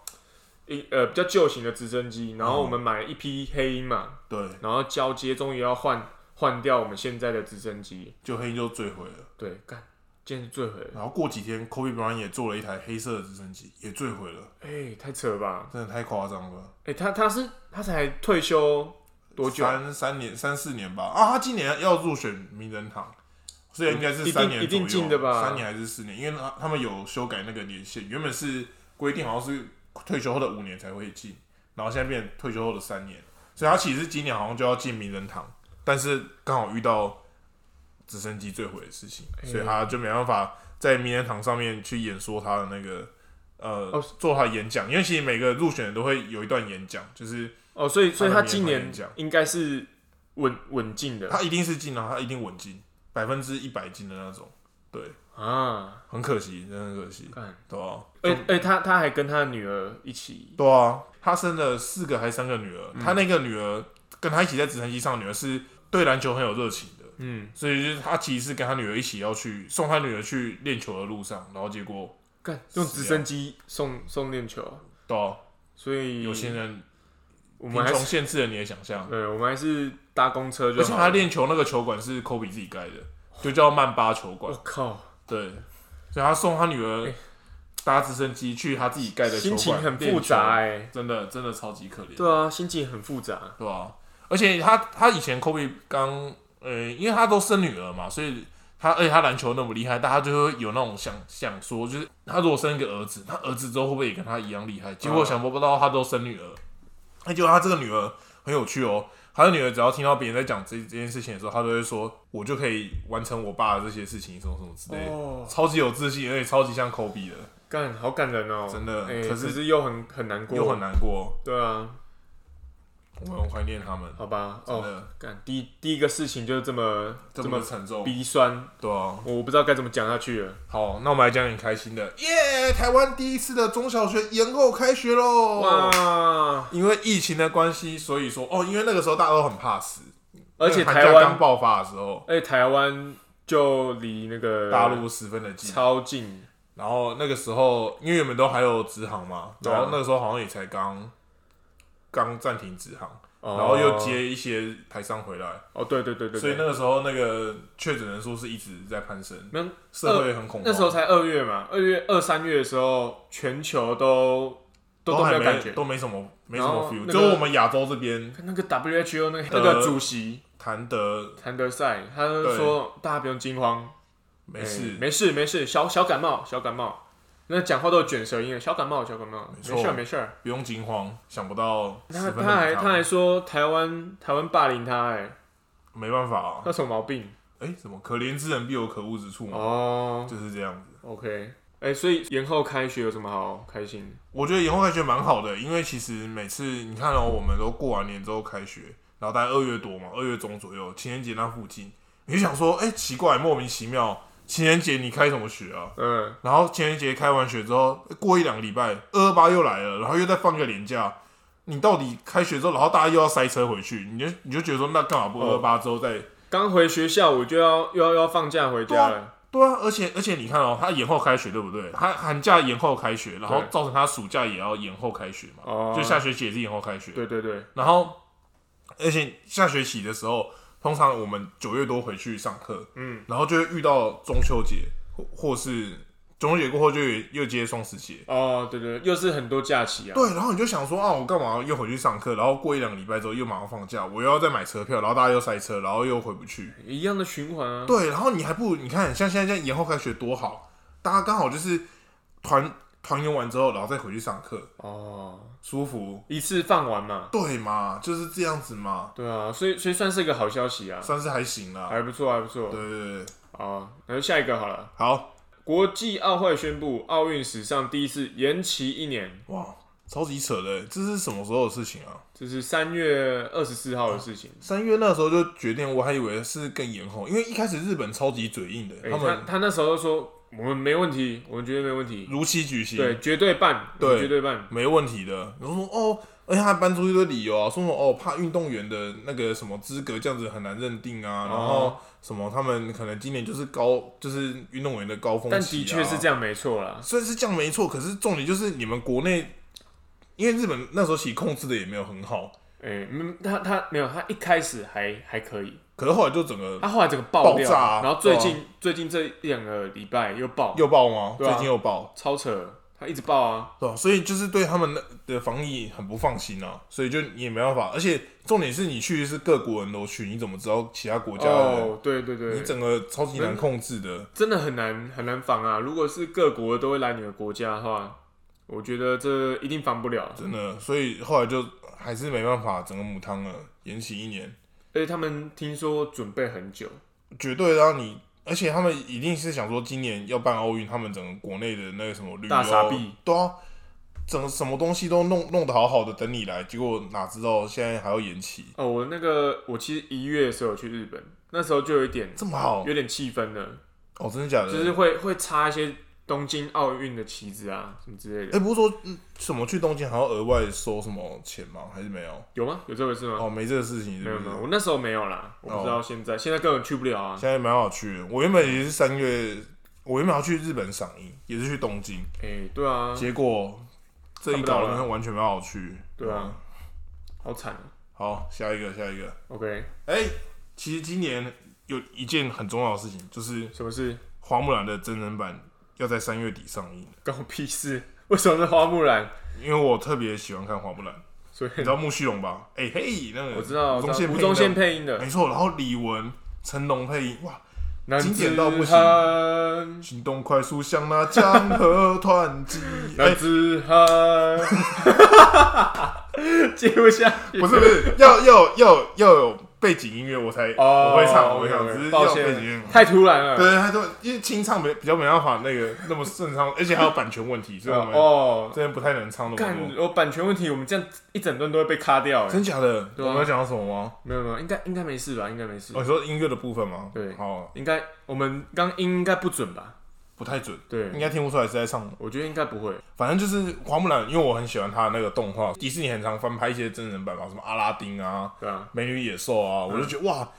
S2: 一呃比较旧型的直升机，然后我们买了一批黑鹰嘛，
S1: 对，
S2: 然后交接终于要换换掉我们现在的直升机，
S1: 就黑鹰就坠毁了。
S2: 对，干，今天是坠毁了，
S1: 然后过几天，Kobe Bryant 也做了一台黑色的直升机，也坠毁了，
S2: 哎、太扯了吧！
S1: 真的太夸张了。
S2: 哎、他他是他才退休多久啊？
S1: 三三年、三四年吧。啊，他今年要入选名人堂，所以应该是
S2: 一定
S1: 三年
S2: 一定
S1: 左右
S2: 进的吧
S1: 三年还是四年？因为他他们有修改那个年限，原本是规定好像是退休后的五年才会进，然后现在变成退休后的三年，所以他其实今年好像就要进名人堂，但是刚好遇到直升机坠毁的事情，
S2: 哎
S1: 所以他就没办法在名人堂上面去演说他的那个。呃
S2: 哦，
S1: 做他的演讲，因为其实每个入选的都会有一段演讲，就是
S2: 哦，所以所以
S1: 他
S2: 他
S1: 的
S2: 今
S1: 年份演
S2: 年
S1: 讲
S2: 应该是稳稳进的
S1: 他一定是进啊了，他一定稳进，百分之一百进的那种。对，
S2: 啊。
S1: 很可惜，真的很可惜，
S2: 干，
S1: 对啊，
S2: 而而他他还跟他的女儿一起，
S1: 对啊，他生了四个还是三个女
S2: 嗯
S1: 儿，他那个女儿跟他一起在直升机上，女儿是对篮球很有热情的，
S2: 嗯，
S1: 所以就是他其实是跟他女儿一起要去送他女儿去练球的路上，然后结果
S2: 干用
S1: 死
S2: 直升机送送练球，
S1: 对啊，
S2: 所以
S1: 有钱人
S2: 嗯我
S1: 贫
S2: 们还
S1: 穷
S2: 是
S1: 限制了你的想象，
S2: 对，我们还是搭公车就
S1: 而且
S2: 好
S1: 他
S2: 了。
S1: 练球那个球馆是科比自己盖的，就叫曼巴球
S2: 我
S1: 馆，
S2: 靠，
S1: 对，所以他送他女儿
S2: 哦哎
S1: 搭直升机去他自己盖的球
S2: 心
S1: 馆，
S2: 情很复
S1: 练球
S2: 杂哎。
S1: 真的真的超级可怜，对
S2: 对啊，心情很复杂。
S1: 吧、而且他他以前 Kobe 刚呃，因为他都生女儿嘛，所以他而且他篮球那么厉害，大家就会有那种想想说，就是他如果生一个儿子，他儿子之后会不会也跟他一样厉害？结果
S2: 嗯
S1: 想不到他都生女儿，那就他这个女儿很有趣哦，他的女儿只要听到别人在讲这这件事情的时候，他都会说，我就可以完成我爸的这些事情，什么什么之类的，
S2: 哦，
S1: 超级有自信，而且超级像科比的，
S2: 干好感人哦，
S1: 真的
S2: 哎
S1: 可是
S2: 是又很很难过，
S1: 又很难过，
S2: 对啊，
S1: 我们很怀念他们，
S2: 好吧，
S1: 真
S2: 哦，
S1: 的
S2: 干第一第一个事情就是这么
S1: 这么沉重，
S2: 鼻酸，
S1: 对啊。
S2: 我不知道该怎么讲下去了。
S1: 好，那我们来讲点开心的，耶！台湾第一次的中小学延后开学喽，
S2: 哇！
S1: 因为疫情的关系，所以说哦，因为那个时候大家都很怕死，
S2: 而且
S1: 那个寒假
S2: 台湾
S1: 刚爆发的时候，
S2: 而且台湾就离那个
S1: 大陆十分的近。
S2: 超近，
S1: 然后那个时候，因为原本都还有直航嘛，
S2: 对啊
S1: 然后那个时候好像也才刚刚暂停直航，
S2: 然
S1: 然后又接一些台商回来，
S2: 哦，对对对哦对，
S1: 所以
S2: 对
S1: 那个时候那个确诊人数是一直在攀升，
S2: 没有
S1: 社会很恐慌。
S2: 那时候才二月嘛，二月二三月的时候，全球都都都
S1: 还
S2: 没有
S1: 没
S2: 感觉。
S1: 都没什么没什
S2: 然
S1: 么
S2: 后
S1: feel，
S2: 那个
S1: 只有我们亚洲这边
S2: 那个 WHO 那个
S1: 呃
S2: 那个主席
S1: 谭德
S2: 谭德赛，他就说大家不用惊慌，
S1: 没事
S2: 哎，没事没事，小小感冒小感冒，那讲话都有卷舌音了，小感冒小感冒，
S1: 没错
S2: 没事儿没事儿。
S1: 不用惊慌。想不到十
S2: 他
S1: 分的
S2: 他还
S1: 不
S2: 他还说台湾台湾霸凌他，哎，
S1: 没办法啊，
S2: 他什么毛病？
S1: 哎、什么可怜之人必有可恶之处嘛，
S2: 哦
S1: 就是这样子。
S2: ，OK，哎、所以延后开学有什么好开心的？
S1: 我觉得延后开学蛮好的，因为其实每次你看哦，我们都过完年之后开学，然后大概二月多嘛，二月中左右，情人节那附近，你就想说，哎、奇怪，莫名其妙，情人节你开什么学啊？
S2: 嗯，
S1: 然后情人节开完学之后，过一两个礼拜，二二八又来了，然后又再放个年假，你到底开学之后，然后大家又要塞车回去，你就你就觉得说，那干嘛不二二八之后再
S2: 刚回学校我就要又要又要放假回家了，
S1: 对啊，而且而且你看哦，他延后开学对不对？他寒假延后开学，然后
S2: 对
S1: 造成他暑假也要延后开学嘛，
S2: 哦，
S1: 就下学期也是延后开学。
S2: 对对对，
S1: 然后，而且下学期的时候，通常我们九月多回去上课，
S2: 嗯，
S1: 然后就会遇到中秋节或或是中秋节过后就有又接双十节。
S2: 哦，对对，又是很多假期啊，
S1: 对，然后你就想说啊，我干嘛又回去上课？然后过一两个礼拜之后又马上放假，我又要再买车票，然后大家又塞车，然后又回不去。
S2: 一样的循环啊，
S1: 对，然后你还不如你看，像现在这样延后开学多好，大家刚好就是团团圆完之后，然后再回去上课，
S2: 哦，
S1: 舒服，
S2: 一次放完嘛，
S1: 对嘛，就是这样子嘛，
S2: 对啊，所以所以算是一个好消息啊，
S1: 算是还行啦。
S2: 还不错还不
S1: 对
S2: 错，
S1: 对对，
S2: 哦，那就下一个好了。
S1: 好
S2: 国际奥会宣布，奥运史上第一次延期一年，
S1: 哇，超级扯的，欸这是什么时候的事情啊？
S2: 这是三月二十四号的事情。
S1: 三月那时候就决定，我还以为是更延后，因为一开始日本超级嘴硬的，
S2: 欸
S1: 他
S2: 他
S1: 们
S2: 他那时候说我们没问题，我们绝对没问题，
S1: 如期举行，
S2: 对，绝对办，
S1: 对啊
S2: 我们绝对办，
S1: 没问题的。然后说哦，而且他还搬出一堆理由啊，说什么哦，怕运动员的那个什么资格这样子很难认定啊，然后
S2: 哦
S1: 什么他们可能今年就是高，就是运动员的高峰期、啊。
S2: 但的确是这
S1: 样，
S2: 样，没错啦。
S1: 虽然是这样没错，可是重点就是你们国内，因为日本那时候其实控制的也没有很好，
S2: 哎、嗯，他他没有，他一开始还还可以，
S1: 可是后来就整个
S2: 他后来整个爆掉，
S1: 爆炸啊
S2: 然后最近、最近这一两个礼拜又爆，
S1: 又爆吗？
S2: 对啊
S1: 最近又爆，
S2: 超扯，他一直爆啊，
S1: 对吧、所以就是对他们的防疫很不放心啊，所以就你也没办法。而且重点是你去是各国人都去，你怎么知道其他国家的人？
S2: 哦，对对对嗯
S1: 你，整个超级难控制的。
S2: 真的很难很难防啊。如果是各国都会来你的国家的话，我觉得这一定防不了。
S1: 真的，所以后来就还是没办法，整个母汤了，延期一年，
S2: 而且他们听说准备很久，
S1: 绝对让你，而且他们一定是想说今年要办奥运，他们整个国内的那个什么旅游，
S2: 大傻逼，
S1: 对啊，整个什么东西都弄弄得好好的，等你来，结果哪知道现在还要延期，
S2: 哦，我那个我其实一月的时候有去日本，那时候就有一点
S1: 这么好
S2: 有点气氛了，
S1: 哦，真的假的？
S2: 就是会会插一些东京奥运的旗子啊什么之类
S1: 哎、
S2: 的，
S1: 不是说、嗯、什么去东京还要额外收什么钱吗？还是没有？
S2: 有吗？有这回事吗？
S1: 哦，没这个事情是
S2: 没有
S1: 不
S2: 没有，
S1: 是？
S2: 我那时候没有啦，我不知道现在，现在根本去不了啊。
S1: 现在蛮好去的，我原本也是三月，我原本要去日本赏樱，也是去东京。
S2: 哎，对啊，
S1: 结果这一搞人完全没有好去。嗯
S2: 对啊，好惨啊。
S1: 好，下一个，下一个。
S2: OK，
S1: 哎、其实今年有一件很重要的事情，就是《
S2: 什么事？
S1: 花木兰》的真人版要在三月底上映。
S2: 关我屁事？ [laughs] 为什么是花木兰？
S1: 因为我特别喜欢看花木兰，
S2: 所以
S1: 你知道木须龙吧？哎、嘿，那个
S2: 我知道，
S1: 吴
S2: 我
S1: 宗
S2: 知
S1: 宪配
S2: 道吴
S1: 音
S2: 宗宪
S1: 的哎
S2: 配音的，
S1: 没错。然后李玟、成龙配音，哇，
S2: 男
S1: 经典
S2: 子
S1: 到不行哎
S2: 汉，
S1: 行动快速像那 [laughs] 江河湍急。哎、 [laughs]
S2: 男子汉，接不下去。
S1: 不是不是， [laughs] 要要要要有背景音乐，我才
S2: 哦
S1: 我会唱，我会
S2: OK，OK，
S1: 唱，只是
S2: 抱
S1: 要
S2: 歉
S1: 背景音乐。
S2: 太突然了。
S1: 对，他说因为清唱没比较没办法那个那么顺畅，而且还有版权问题，所以我们
S2: 哦，
S1: 这边不太能唱那
S2: 看
S1: 么多。
S2: 有版权问题，我们这样一整段都会被卡掉。哎
S1: 真假的？我
S2: 对啊
S1: 们要讲到什么吗？
S2: 没有没有，应该应该没事吧？应该没事
S1: 哦，，你说音乐的部分吗？
S2: 对
S1: 好，
S2: 应该我们刚音应该不准吧？
S1: 不太准，应
S2: 对，
S1: 该听不出来是在唱。
S2: 我觉得应该不会。
S1: 反正就是花木兰，因为我很喜欢她的那个动画，迪士尼很常翻拍一些真人版嘛，什么阿拉丁啊，
S2: 对啊，
S1: 美女野兽啊，
S2: 嗯
S1: 我就觉得哇，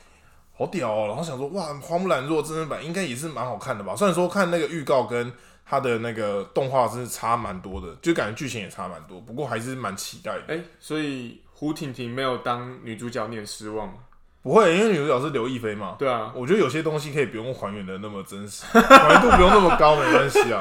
S1: 好屌哦、然后想说哇，花木兰如果真人版应该也是蛮好看的吧？虽然说看那个预告跟它的那个动画真是差蛮多的，就感觉剧情也差蛮多，不过还是蛮期待的。
S2: 哎、所以胡婷婷没有当女主角，你很失望吗？
S1: 不会，因为女主角是刘亦菲嘛。
S2: 对啊，
S1: 我觉得有些东西可以不用还原的那么真实，还原度不用那么高，没关系
S2: [laughs]
S1: 啊。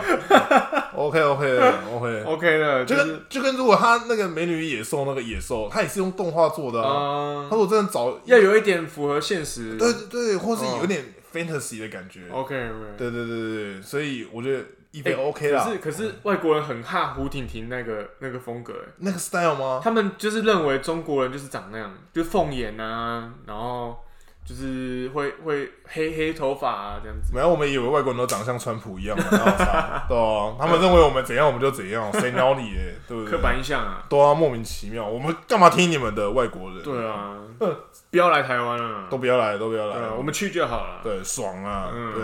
S1: OK OK OK，
S2: OK 了，
S1: 就
S2: 就是
S1: 跟就跟如果他那个美女与野兽那个野兽，他也是用动画做的啊。
S2: 嗯、
S1: 他如果真的找
S2: 要有一嗯点符合现实。
S1: 对对对，或是有点 fantasy 的感觉。
S2: ，OK OK。
S1: 对啊对对对对，所以我觉得一菲
S2: 欸
S1: OK 啦。
S2: 可是可是外国人很怕胡婷婷那个那个风格、欸，
S1: 那个 style 吗？
S2: 他们就是认为中国人就是长那样，就是凤眼啊，然后就是会会黑黑头发啊这样子。
S1: 没有，我们以为外国人都长得像川普一样，哪有差对啊，他们认为我们怎样我们就怎样，谁鸟你耶？对不
S2: 刻
S1: 对？
S2: 板印象啊，
S1: 对啊，莫名其妙，我们干嘛听你们的外国人？
S2: 对，啊，
S1: 嗯
S2: 不要来台湾啊，
S1: 都不要来，都不要
S2: 对啊，我
S1: 来，
S2: 们去就好了。
S1: 对，爽啊，
S2: 嗯
S1: 对，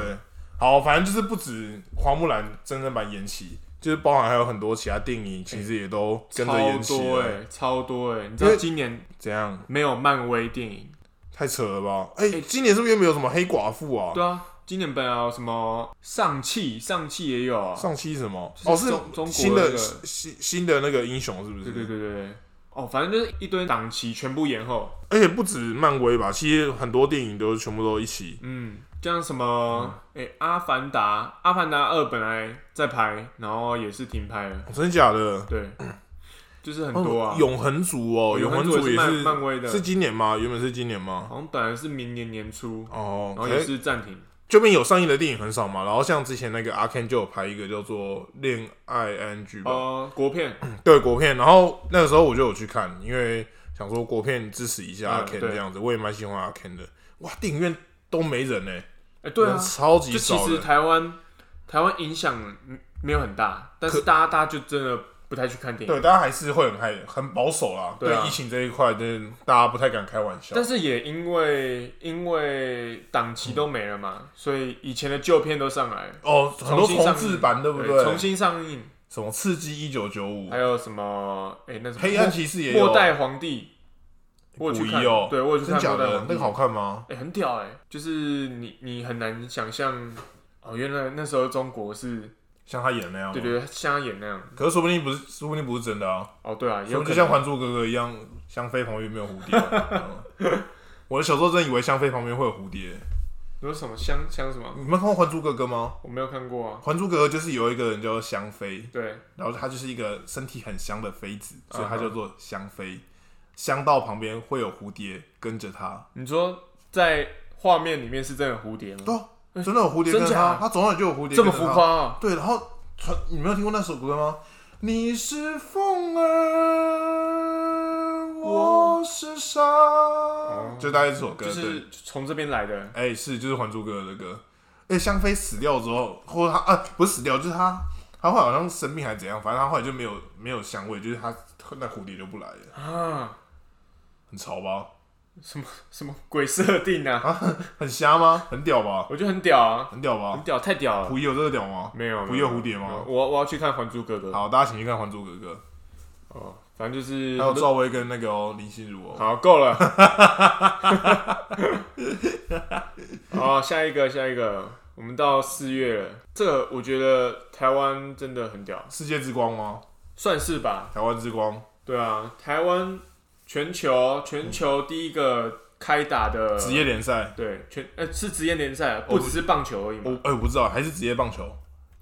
S1: 好，反正就是不止花木兰真人版延期，就是包含还有很多其他电影，其实也都跟着延
S2: 超
S1: 期
S2: 多哎、
S1: 了。
S2: 超多哎、你知
S1: 因
S2: 道
S1: 为
S2: 今年
S1: 怎样？
S2: 没有漫威电影？
S1: 太扯了吧？哎
S2: 哎，
S1: 今年是不是又没有什么黑寡妇啊？
S2: 对啊，今年本来有什么上汽，上汽也有啊。
S1: 上期是什么？
S2: 就是
S1: 哦，是
S2: 中中国
S1: 新
S2: 那
S1: 的
S2: 个
S1: 新新的那个英雄是不是？
S2: 对对对对对，哦，反正就是一堆档期全部延后。
S1: 而且不止漫威吧，其实很多电影都全部都一起。
S2: 嗯，像什么，
S1: 嗯
S2: 哎、阿凡达》《阿凡达二》本来在拍，然后也是停拍了。
S1: 哦真的假的？
S2: 对，就是很多啊
S1: 哦。永恒族哦，
S2: 对
S1: 永恒
S2: 族
S1: 族
S2: 也漫
S1: 是
S2: 漫威的，
S1: 是今年吗？原本是今年吗？
S2: 好像本来是明年年初，
S1: 哦，
S2: 然后
S1: 可
S2: 也
S1: 是
S2: 是暂停。
S1: 这边有上映的电影很少嘛。然后像之前那个阿 Ken 就有拍一个叫做《恋爱 ING》吧，
S2: 呃，国片，
S1: 对国片。然后那个时候我就有去看，因为想说国片支持一下阿
S2: 嗯
S1: Ken
S2: 对
S1: 这样子，我也蛮喜欢阿 Ken 的。哇，电影院都没人呢、
S2: 哎、对啊
S1: 人，超级
S2: 就其
S1: 少
S2: 实
S1: 人。
S2: 台湾台湾影响没有很大，但是大家大家就真的不太去看电影，
S1: 对，大家还是会很害很保守啦。
S2: 对啊
S1: 疫情这一块，就是大家不太敢开玩笑。
S2: 但是也因为因为档期都没了嘛，所以以前的旧片都上来了，
S1: 哦，很多
S2: 重新上
S1: 重
S2: 映
S1: 置版对不
S2: 对？重新上映，
S1: 什么《刺激一九九五
S2: 还》、有什么？哎、那什
S1: 《
S2: 么
S1: 嗯黑暗骑士》也有。
S2: 末代皇帝，我有去看，
S1: 古一哦
S2: 对我有去
S1: 真
S2: 看
S1: 假
S2: 末代
S1: 的
S2: 皇？帝，
S1: 那个好看吗？
S2: 哎、很屌哎、就是你你很难想象哦，原来那时候中国是
S1: 像他演的那样吗？啊
S2: 对对对，像他演那样
S1: 可是说不定不是，说不定不是真的啊。
S2: 哦，对啊，也
S1: 说
S2: 有
S1: 不
S2: 可
S1: 定就像《
S2: 能
S1: 还珠格格》一样，香妃旁边没有蝴
S2: [laughs]
S1: 蝶啊。嗯我的小时候真以为香妃旁边会有蝴蝶。
S2: 有什么香香什么？
S1: 你们看过《还珠格格》吗？
S2: 我没有看过啊。
S1: 《还珠格格》就是有一个人叫香妃，
S2: 对，
S1: 然后她就是一个身体很香的妃子，所以她
S2: 嗯哼
S1: 叫做香妃。香到旁边会有蝴蝶跟着她，
S2: 你说在画面里面是真的有蝴蝶吗？
S1: 对啊，真的有蝴蝶跟着
S2: 嗯真假
S1: 她，她总有就有蝴蝶
S2: 这
S1: 跟
S2: 么
S1: 着
S2: 浮
S1: 她
S2: 夸啊！
S1: 对，然后传，你没有听过那首歌吗？你是风儿，我是沙，嗯就大概这首歌。
S2: 就
S1: 对，
S2: 是从这边来的，
S1: 哎、是就是《还珠格格》的歌。哎、香妃死掉之后，或者她啊，不是死掉，就是她，她后来好像生病还是怎样，反正她后来就没有没有香味，就是她那蝴蝶就不来了，
S2: 啊，
S1: 很潮吧？
S2: 什么什么鬼设定啊？
S1: 很瞎吗？很屌吧？
S2: 我觉得很屌啊，
S1: 很屌
S2: 很
S1: 吧？
S2: 屌，太屌了！
S1: 溥仪有这个屌吗？
S2: 没有，
S1: 不
S2: 没有
S1: 有蝴蝶吗
S2: 没有我我要去看《还珠格格》。
S1: 好，大家请去看《还珠格格》，
S2: 哦，反正就是
S1: 还有赵薇跟那个、哦、林心如哦。
S2: 好够了。 [laughs] 好，下一个，下一个，我们到四月了。这个我觉得台湾真的很屌，
S1: 世界之光吗？
S2: 算是吧。
S1: 台湾之光，
S2: 对啊，台湾全球全球第一个开打的
S1: 职业，哦联赛。
S2: 对全呃是职业联赛，
S1: 我
S2: 不只是棒球而已
S1: 我
S2: 嘛。
S1: 哎、我不知道，还是职业棒球。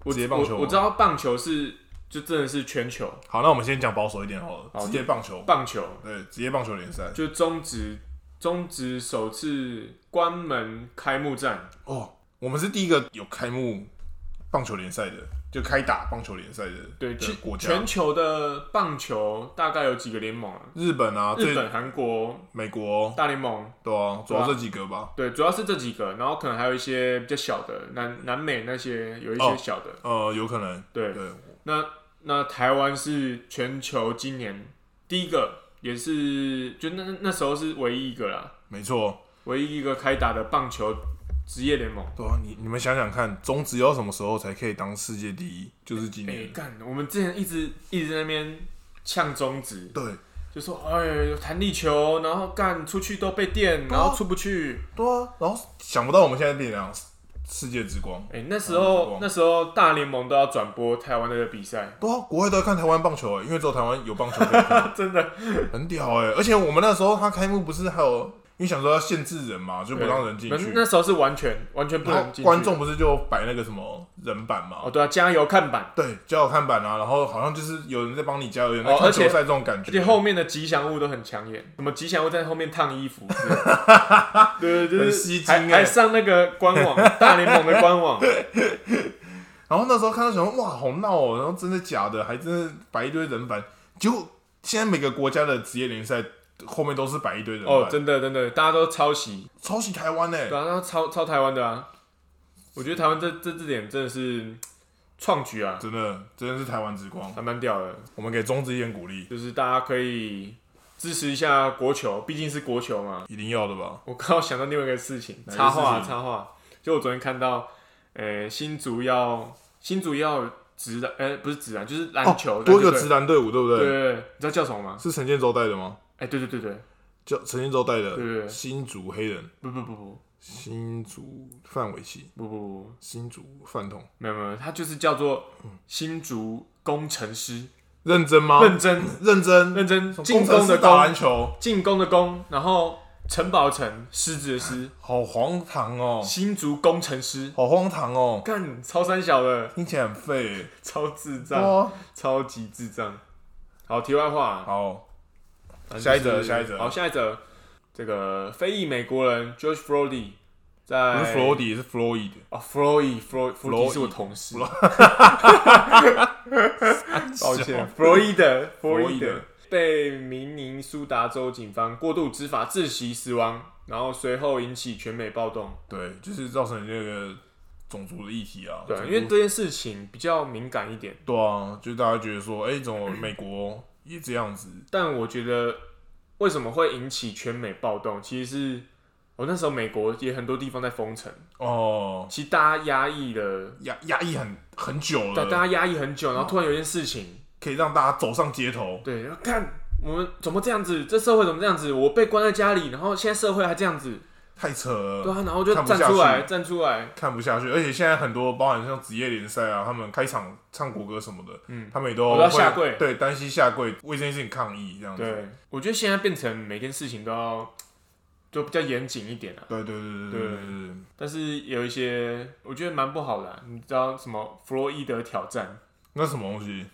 S2: 我
S1: 职业棒球
S2: 我
S1: 吗
S2: 我知道棒球是就真的是全球
S1: 好，那我们先讲保守一点好了。
S2: 好
S1: 职业棒球，
S2: 棒球，
S1: 对，职业棒球联赛。
S2: 就中职中职首次关门开幕战，
S1: 哦，我们是第一个有开幕棒球联赛的，就开打棒球联赛的
S2: 对，啊
S1: 的
S2: 全
S1: 国家啊
S2: 全，球的棒球大概有几个联盟啊？
S1: 日本啊，
S2: 日
S1: 最
S2: 本、韩国
S1: 美国，哦
S2: 大联盟，
S1: 对啊，主要这几个吧。
S2: 对，主要是这几个，然后可能还有一些比较小的，南南美那些有一
S1: 哦
S2: 些小的，
S1: 呃，有可能，
S2: 对，
S1: 对，
S2: 那那台湾是全球今年第一个，也是就那那那时候是唯一一个啦，
S1: 没错，
S2: 唯一一个开打的棒球职业联盟。
S1: 对啊，你你们想想看，中职要什么时候才可以当世界第一？就是今
S2: 哎、
S1: 年，
S2: 干！我们之前一直一直在那边呛中职，
S1: 对，
S2: 就说哎，弹力球，然后干出去都被电，然后出不去。
S1: 对啊，然后想不到我们现在变成这样世界之光，
S2: 哎、那时
S1: 嗯
S2: 候
S1: 光
S2: 那时候大联盟都要转播台湾的比赛，
S1: 对啊，国外都在看台湾棒球、欸，因为只有台湾有棒球可以看，
S2: [laughs] 真的
S1: 很屌哎、而且我们那时候他开幕不是还有，因为想说要限制人嘛，就
S2: 对
S1: 不让人进
S2: 那
S1: 去，
S2: 那时候是完全完全不
S1: 然后
S2: 能进去。
S1: 观众不是就摆那个什么人板嘛，
S2: 哦，对啊，加油看板。
S1: 对，加油看板啊，然后好像就是有人在帮你加油，有人
S2: 哦
S1: 在看
S2: 而
S1: 球
S2: 且
S1: 赛这种感觉，
S2: 而且后面的吉祥物都很抢眼，什么吉祥物在后面烫衣服之类的，对，就
S1: 很
S2: 是
S1: 吸睛
S2: 还
S1: 欸
S2: 还上那个官网，大联盟的
S1: [laughs]
S2: 官网，
S1: 然后那时候看到想说哇好闹哦、然后真的假的，还真的摆一堆人板，结果现在每个国家的职业联赛后面都是摆一堆人板，
S2: 哦，真的真的，大家都抄袭，
S1: 抄袭台湾呢、欸
S2: 对啊，那抄抄台湾的啊，我觉得台湾这这这点真的是创举啊，
S1: 真的真的是台湾之光，
S2: 还蛮屌的，
S1: 我们给中职一点鼓励，
S2: 就是大家可以支持一下国球，毕竟是国球嘛，
S1: 一定要的吧。
S2: 我刚好想到另外一个事情，
S1: 哪一个
S2: 插画
S1: 事情
S2: 插画，就我昨天看到，呃，新竹要新竹要直篮，呃，不是直篮，就是篮球、
S1: 哦、多一个
S2: 篮
S1: 直
S2: 球
S1: 男队嗯伍，对不
S2: 队，对
S1: 对？
S2: 对对，你知道叫什么吗？
S1: 是陈建州带的吗？
S2: 哎、对对对对，
S1: 叫陈建州带的，
S2: 对对对
S1: 新竹黑人，
S2: 不不不不
S1: 新竹范玮琪，
S2: 不不不，
S1: 新竹饭桶，
S2: 没有没有，它就是叫做
S1: 嗯
S2: 新竹工程师，
S1: 认真吗？
S2: 认真
S1: 认真，
S2: 认真进
S1: 啊工程
S2: 攻
S1: 师
S2: 的
S1: 打篮
S2: 攻，
S1: 球，
S2: 进攻的攻，然后城堡城狮子的狮，
S1: 好荒唐哦，
S2: 新竹工程师，
S1: 好荒唐哦，
S2: 干超三小的，
S1: 听起来很废欸。哦
S2: 超智障。
S1: 哇，
S2: 超级智障。好，题外话，啊
S1: 好，
S2: 反正
S1: 下一则
S2: 就是
S1: 下一则
S2: 好，下一则，这个非裔美国人 George Floyd
S1: 不
S2: 在
S1: 是 Floyd，是 Floyd，
S2: 啊，Floyd Floyd
S1: Floyd
S2: Floyd 是我同事，抱
S1: [laughs] 啊
S2: 歉，Floyd
S1: 弗洛伊
S2: Floyd
S1: 德
S2: 被明尼苏达州警方过度执法窒息死亡，然后随后引起全美暴动。
S1: 对，就是造成这个种族的议题啊。
S2: 对，
S1: 种
S2: 因
S1: 族
S2: 为这件事情比较敏感一点，
S1: 对啊，就大家觉得说，哎，怎么美国也这样子？
S2: 但我觉得为什么会引起全美暴动，其实是我那时候美国也很多地方在封城。
S1: 哦，
S2: 其实大家压抑了，
S1: 压压抑很很久
S2: 大大
S1: 了，
S2: 家压抑很久，然后突然有一件事情，
S1: 可以让大家走上街头。
S2: 对，然后看我们怎么这样子，这社会怎么这样子，我被关在家里，然后现在社会还这样子，
S1: 太扯
S2: 对
S1: 了，
S2: 啊，然后就
S1: 呃看不
S2: 站
S1: 下
S2: 出来，
S1: 去
S2: 站出来，
S1: 看不下去。而且现在很多，包含像职业联赛啊，他们开场唱国歌什么的，
S2: 嗯，
S1: 他们也都
S2: 我都要
S1: 会
S2: 下跪
S1: 对，单膝下跪为这件事情抗议这样子。
S2: 对，我觉得现在变成每件事情都要就比较严谨一点啊，
S1: 对对对对对对对对，
S2: 但是有一些我觉得蛮不好的啊、你知道什么弗洛伊德挑战，
S1: 那什么东西？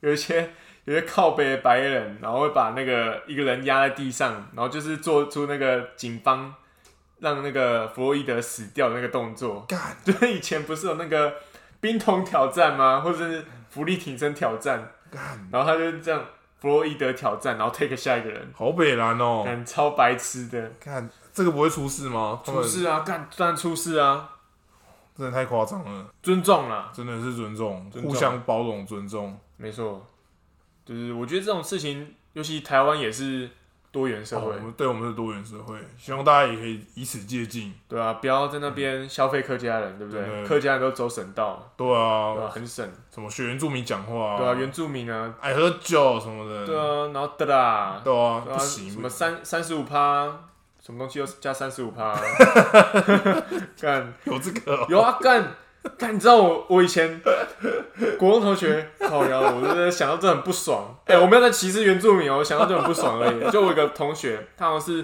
S2: 有一些。有一些靠北的白人，然后会把那个一个人压在地上，然后就是做出那个警方让那个弗洛伊德死掉的那个动作。
S1: 干，
S2: [laughs] 就是以前不是有那个冰桶挑战吗？或者是浮力挺身挑战，然后他就这样弗洛伊德挑战，然后 take 下一个人，
S1: 好北蓝哦、
S2: 很超白痴的，
S1: 看这个不会出事吗？他
S2: 出
S1: 们
S2: 事啊，干当然出事啊，
S1: 真的太夸张了，
S2: 尊重啦，
S1: 真的是尊重，
S2: 尊重
S1: 互相包容尊重。
S2: 没错，就是我觉得这种事情，尤其台湾也是多元社
S1: 哦
S2: 会，
S1: 我们对我们是多元社会，希望大家也可以以此借鉴。
S2: 对啊，不要在那边消费客家人，对不
S1: 真
S2: 对？
S1: 的
S2: 客家人都走省道，
S1: 对啊，
S2: 对啊，很省，
S1: 什么学原住民讲话、
S2: 对啊，原住民啊，
S1: 爱喝酒什么的，
S2: 对啊，然后的啦，
S1: 对啊，
S2: 对啊
S1: 不行，
S2: 什么三三十五趴，什么东西又加三十五趴， [laughs] 干
S1: 有这个哦、
S2: 有啊干干，你知道我我以前国中同学，靠呀，我真的想到这很不爽。哎、我没有在歧视原住民哦，我想到这很不爽而已。就我有一个同学，他好像是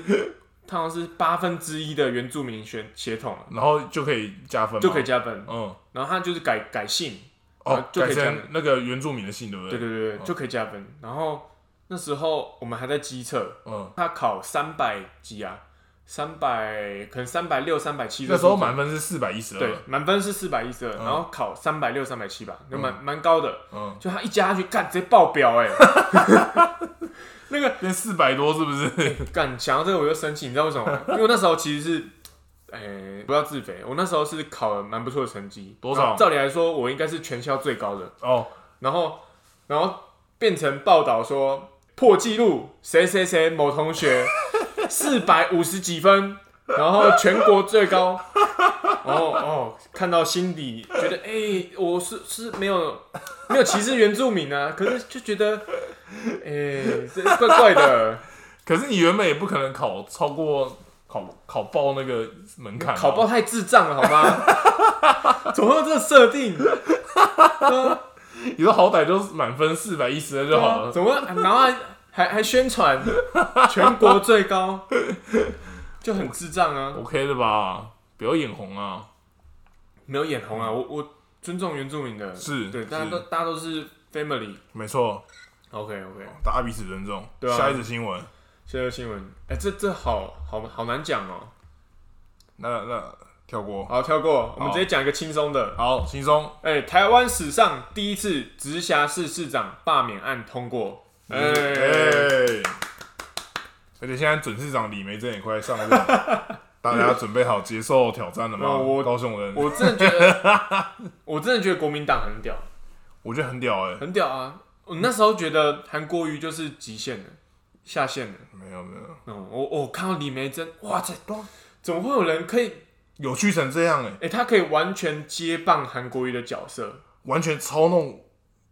S2: 他好像是八分之一的原住民血血统，啊
S1: 然后就可以加分，
S2: 就可以，加分。
S1: 嗯，
S2: 然后他就是改改姓，
S1: 哦
S2: 啊，就可
S1: 改
S2: 以加分
S1: 成那个原住民的姓，对不
S2: 对
S1: 对
S2: 对对对，就可以加分。然后那时候我们还在机测，
S1: 嗯，
S2: 他考三百几啊，三百，可能三百六、三百七。
S1: 那时候满分嗯是四百一十二，
S2: 对，满分是四百一十二，然后考三百六、三百七吧，就蛮蛮高的。
S1: 嗯，
S2: 就他一加下去，干直接爆表哎、 [laughs] 那个
S1: 变四百多是不是？ [laughs]
S2: 干想到这个我就生气，你知道为什么吗？因为我那时候其实是，哎、不要自肥，我那时候是考了蛮不错的成绩，
S1: 多少
S2: 然后照理来说，我应该是全校最高的。
S1: 哦，
S2: 然后，然后变成报道说破纪录，谁谁谁某同学四百五十几分，然后全国最高。然后哦，看到心底觉得，哎、我是是没有没有歧视原住民啊，可是就觉得，哎、这怪怪的。
S1: 可是你原本也不可能考超过考考爆那个门槛啊，
S2: 考报太智障了，好吗？怎么会有这个设定？
S1: 你说好歹就是满分四百一十二就
S2: 对
S1: 好
S2: 啊
S1: 了。
S2: 怎么会？然后还还还宣传全国最高，就很智障啊！
S1: OK 的吧？不要眼红啊！
S2: 没有眼红啊，我我尊重原住民的，
S1: 嗯是
S2: 对，
S1: 是
S2: 大家都大家都是 family。
S1: 没错，
S2: OK OK，
S1: 大家彼此尊重。
S2: 对啊
S1: 下一则新闻，
S2: 下一个新闻，哎、这这好好好难讲哦、
S1: 那那跳过。
S2: 好，跳过，我们
S1: 好
S2: 直接讲一个轻松的。
S1: 好，轻松。
S2: 哎、台湾史上第一次直辖市市长罢免案通过。哎、
S1: 哎、而且现在准市长李梅珍也快上任了，大家准备好接受挑战了吗？
S2: 那我
S1: 高雄人，我
S2: 我真的觉得，
S1: [laughs]
S2: 我真的觉得国民党很屌，
S1: 觉得很屌哎、
S2: 很屌啊！我那时候觉得韩国瑜就是极限的，下限的。
S1: 没有没有，
S2: 嗯，我我看到李梅珍，哇塞，
S1: 对啊
S2: 怎么会有人可以？
S1: 有趣成这样哎、
S2: 哎、他可以完全接棒韩国瑜的角色。
S1: 完全操弄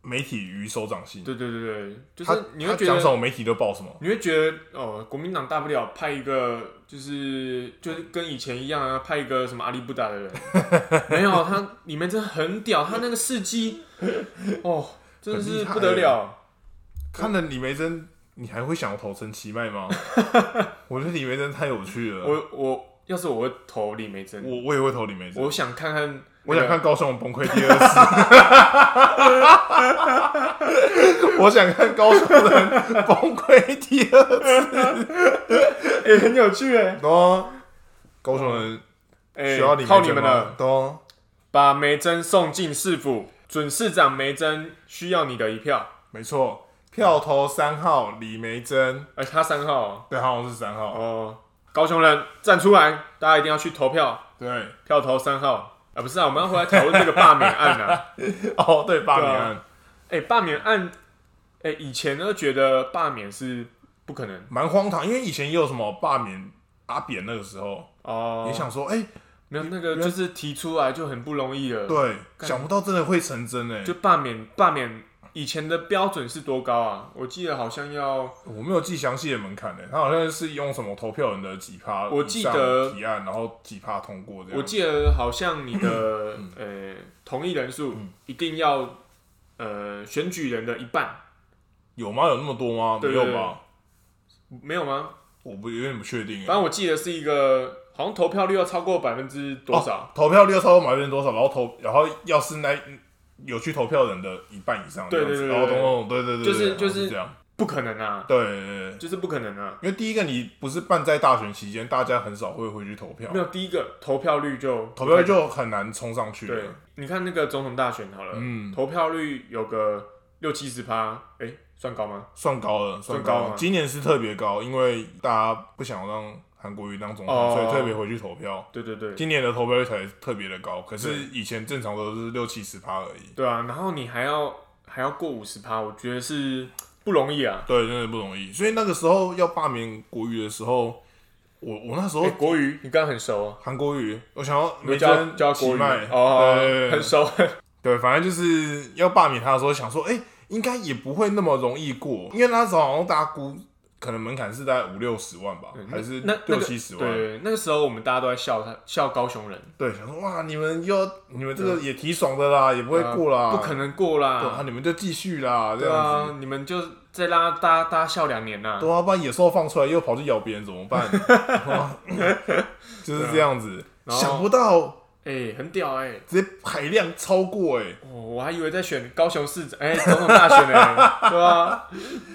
S1: 媒体于手掌心。
S2: 对对对对，就
S1: 他
S2: 是你会
S1: 他
S2: 觉
S1: 讲什
S2: 得，
S1: 么媒体都报什么。
S2: 你会觉得，哦，国民党大不了派一个，就是就是跟以前一样啊，派一个什么阿里不
S1: [laughs]
S2: 达的人。没有，啊他里面真的很屌，他那个事迹，哦，真的
S1: 很厉
S2: 是
S1: 害
S2: 不得了。
S1: 看了李梅珍，你还会想投陈其迈吗？我觉得李梅珍太有趣了。
S2: 我我要是我会投李梅珍，
S1: 我我也会投李梅珍，
S2: 我
S1: 我
S2: 想看看那个、
S1: 想看高雄崩溃第二次， [laughs] 我想看高雄人崩溃第 [laughs] 二次。
S2: 哎、很有趣哎、
S1: 哦，高雄人
S2: 哎，
S1: 需要李梅珍吗啊
S2: 靠你们了。，
S1: 懂？
S2: 把梅珍送进市府，准市长梅珍需要你的一票。
S1: 没错，票投三号李梅珍，
S2: 哎、他三号哦
S1: 对，好像是三号，
S2: 哦，高雄人站出来，大家一定要去投票，
S1: 对，
S2: 票投三号。啊，不是啊，我们要回来讨论这个罢免案
S1: [laughs]
S2: 啊。
S1: [laughs] 哦，对，罢免
S2: 对啊
S1: 案
S2: 哎、罢免案，哎、以前呢觉得罢免是不可能
S1: 蛮荒唐，因为以前也有什么罢免阿扁那个时候，
S2: 哦，
S1: 也想说，哎，
S2: 没有那个就是提出来就很不容易了。
S1: 对，
S2: 干
S1: 想不到真的会成真哎
S2: 就，罢免罢免以前的标准是多高啊？我记得好像要，
S1: 我没有记详细的门槛诶、欸他好像是用什么投票人的几趴，
S2: 我记得
S1: 提案，然后几趴通过这样。
S2: 我记得好像你的
S1: 嗯
S2: 呃同意人数一定要呃选举人的一半，
S1: 有吗？有那么多吗？
S2: 对
S1: 没
S2: 对
S1: 有吧？
S2: 没有吗？
S1: 我不有点不确定、欸。
S2: 反正我记得是一个好像投票率要超过百分之多少？
S1: 哦投票率要超过百分之多少？然后投，然后要是那有去投票人的一半以上这
S2: 对
S1: 样子，
S2: 对对对
S1: 然后等等，对对对，
S2: 就是
S1: 对对
S2: 就是
S1: 这样，
S2: 不可能啊，
S1: 对对对对。
S2: 就是不可能啊。
S1: 因为第一个，你不是办在大选期间，大家很少会回去投票
S2: 没，有第一个投票率就
S1: 哦投票率就很难冲上去
S2: 对
S1: 了。，
S2: 你看那个总统大选好了，
S1: 嗯，
S2: 投票率有个六七十趴，哎，算高吗？
S1: 算高了，
S2: 算
S1: 高
S2: 高
S1: 了
S2: 吗。
S1: 今年是特别高，因为大家不想让韩国瑜当总统，
S2: 哦
S1: 所以特别回去投票。
S2: 对对对，
S1: 今年的投票率才特别的高，可是
S2: 对
S1: 以前正常都是六七十趴而已。
S2: 对啊，然后你还要还要过五十趴，我觉得是不容易啊。
S1: 对，真的不容易。所以那个时候要罢免国瑜的时候，我我那时候
S2: 欸国语你刚刚很熟啊，
S1: 韩国瑜，我想要
S2: 你
S1: 梅
S2: 教
S1: 珍
S2: 教
S1: 起
S2: 国语
S1: 麦
S2: 哦，
S1: 对对对
S2: 很熟。
S1: 对，反正就是要罢免他的时候，想说，哎、应该也不会那么容易过，因为那时候好像大家估可能门槛是在五六十万吧，还是
S2: 那 [laughs] 那
S1: 六
S2: 个
S1: 七十万？
S2: 对，那个时候我们大家都在笑他，笑高雄人
S1: 对，想说哇，你们又要你们这个也挺爽的啦，也不会过啦，
S2: 啊不可能过
S1: 对啊，
S2: 啦，
S1: 你们就继续啦，这
S2: 对
S1: 样子。
S2: 啊，你们就再让大家大家笑两年呐。
S1: 对啊，不然野兽放出来又
S2: [laughs]
S1: 跑去咬别人怎么办？哇就是这样子，
S2: 啊然后
S1: 想不到
S2: 哎、很屌哎、
S1: 直接海量超过哎、
S2: 哦，我还以为在选高雄市长，哎、总统大选呢、
S1: [laughs]
S2: 对啊，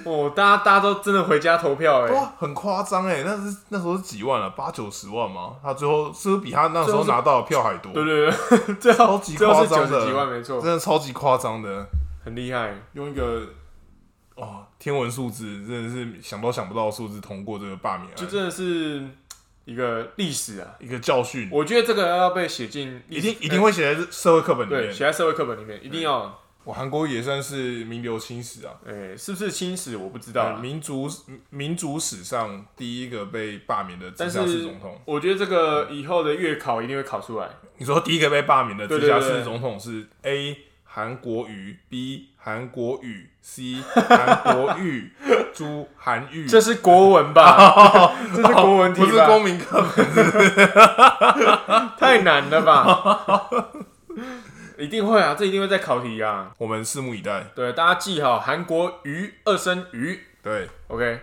S2: 哦，大家大家都真的回家投票哎、
S1: 哇，很夸张哎，那是那时候是几万啊，八九十万吗？他最后是不是比他那时候拿到的票还多？
S2: 对对对， [laughs] 最
S1: 超
S2: 后
S1: 级
S2: 最后
S1: 夸
S2: 是九
S1: 张的
S2: 十几万，没错
S1: 真，的超级夸张的，
S2: 很厉害。
S1: 用一个哦天文数字，真的是想都想不到的数字通过这个罢免案，
S2: 就真的是一个历史啊。
S1: 一个教训，
S2: 我觉得这个要被写进历
S1: 一
S2: 史哎
S1: 定一定会写在社会课本里
S2: 对，
S1: 面。
S2: 写在社会课本里面，一定要。
S1: 我韩国也算是名留青史啊，
S2: 哎、是不是清史我不知道
S1: 呃
S2: 啊，
S1: 民族民族史上第一个被罢免的直
S2: 但
S1: 辖市
S2: 是
S1: 总统。
S2: 我觉得这个以后的月考一定会考出来。
S1: 你说第一个被罢免的直
S2: 对
S1: 辖
S2: 对对
S1: 市
S2: 对
S1: 总统是 A 韩国瑜，B 韩国语，C
S2: [laughs]
S1: 韩国瑜，朱韩愈，
S2: 这是国文吧？
S1: [laughs]
S2: 这是国文题
S1: 哦不是
S2: 吧？
S1: 公民课本。
S2: 太难了吧？
S1: [laughs]
S2: 一定会啊，这一定会在考题啊。
S1: 我们拭目以待。
S2: 对，大家记好韩国鱼二声鱼
S1: 对
S2: ，OK。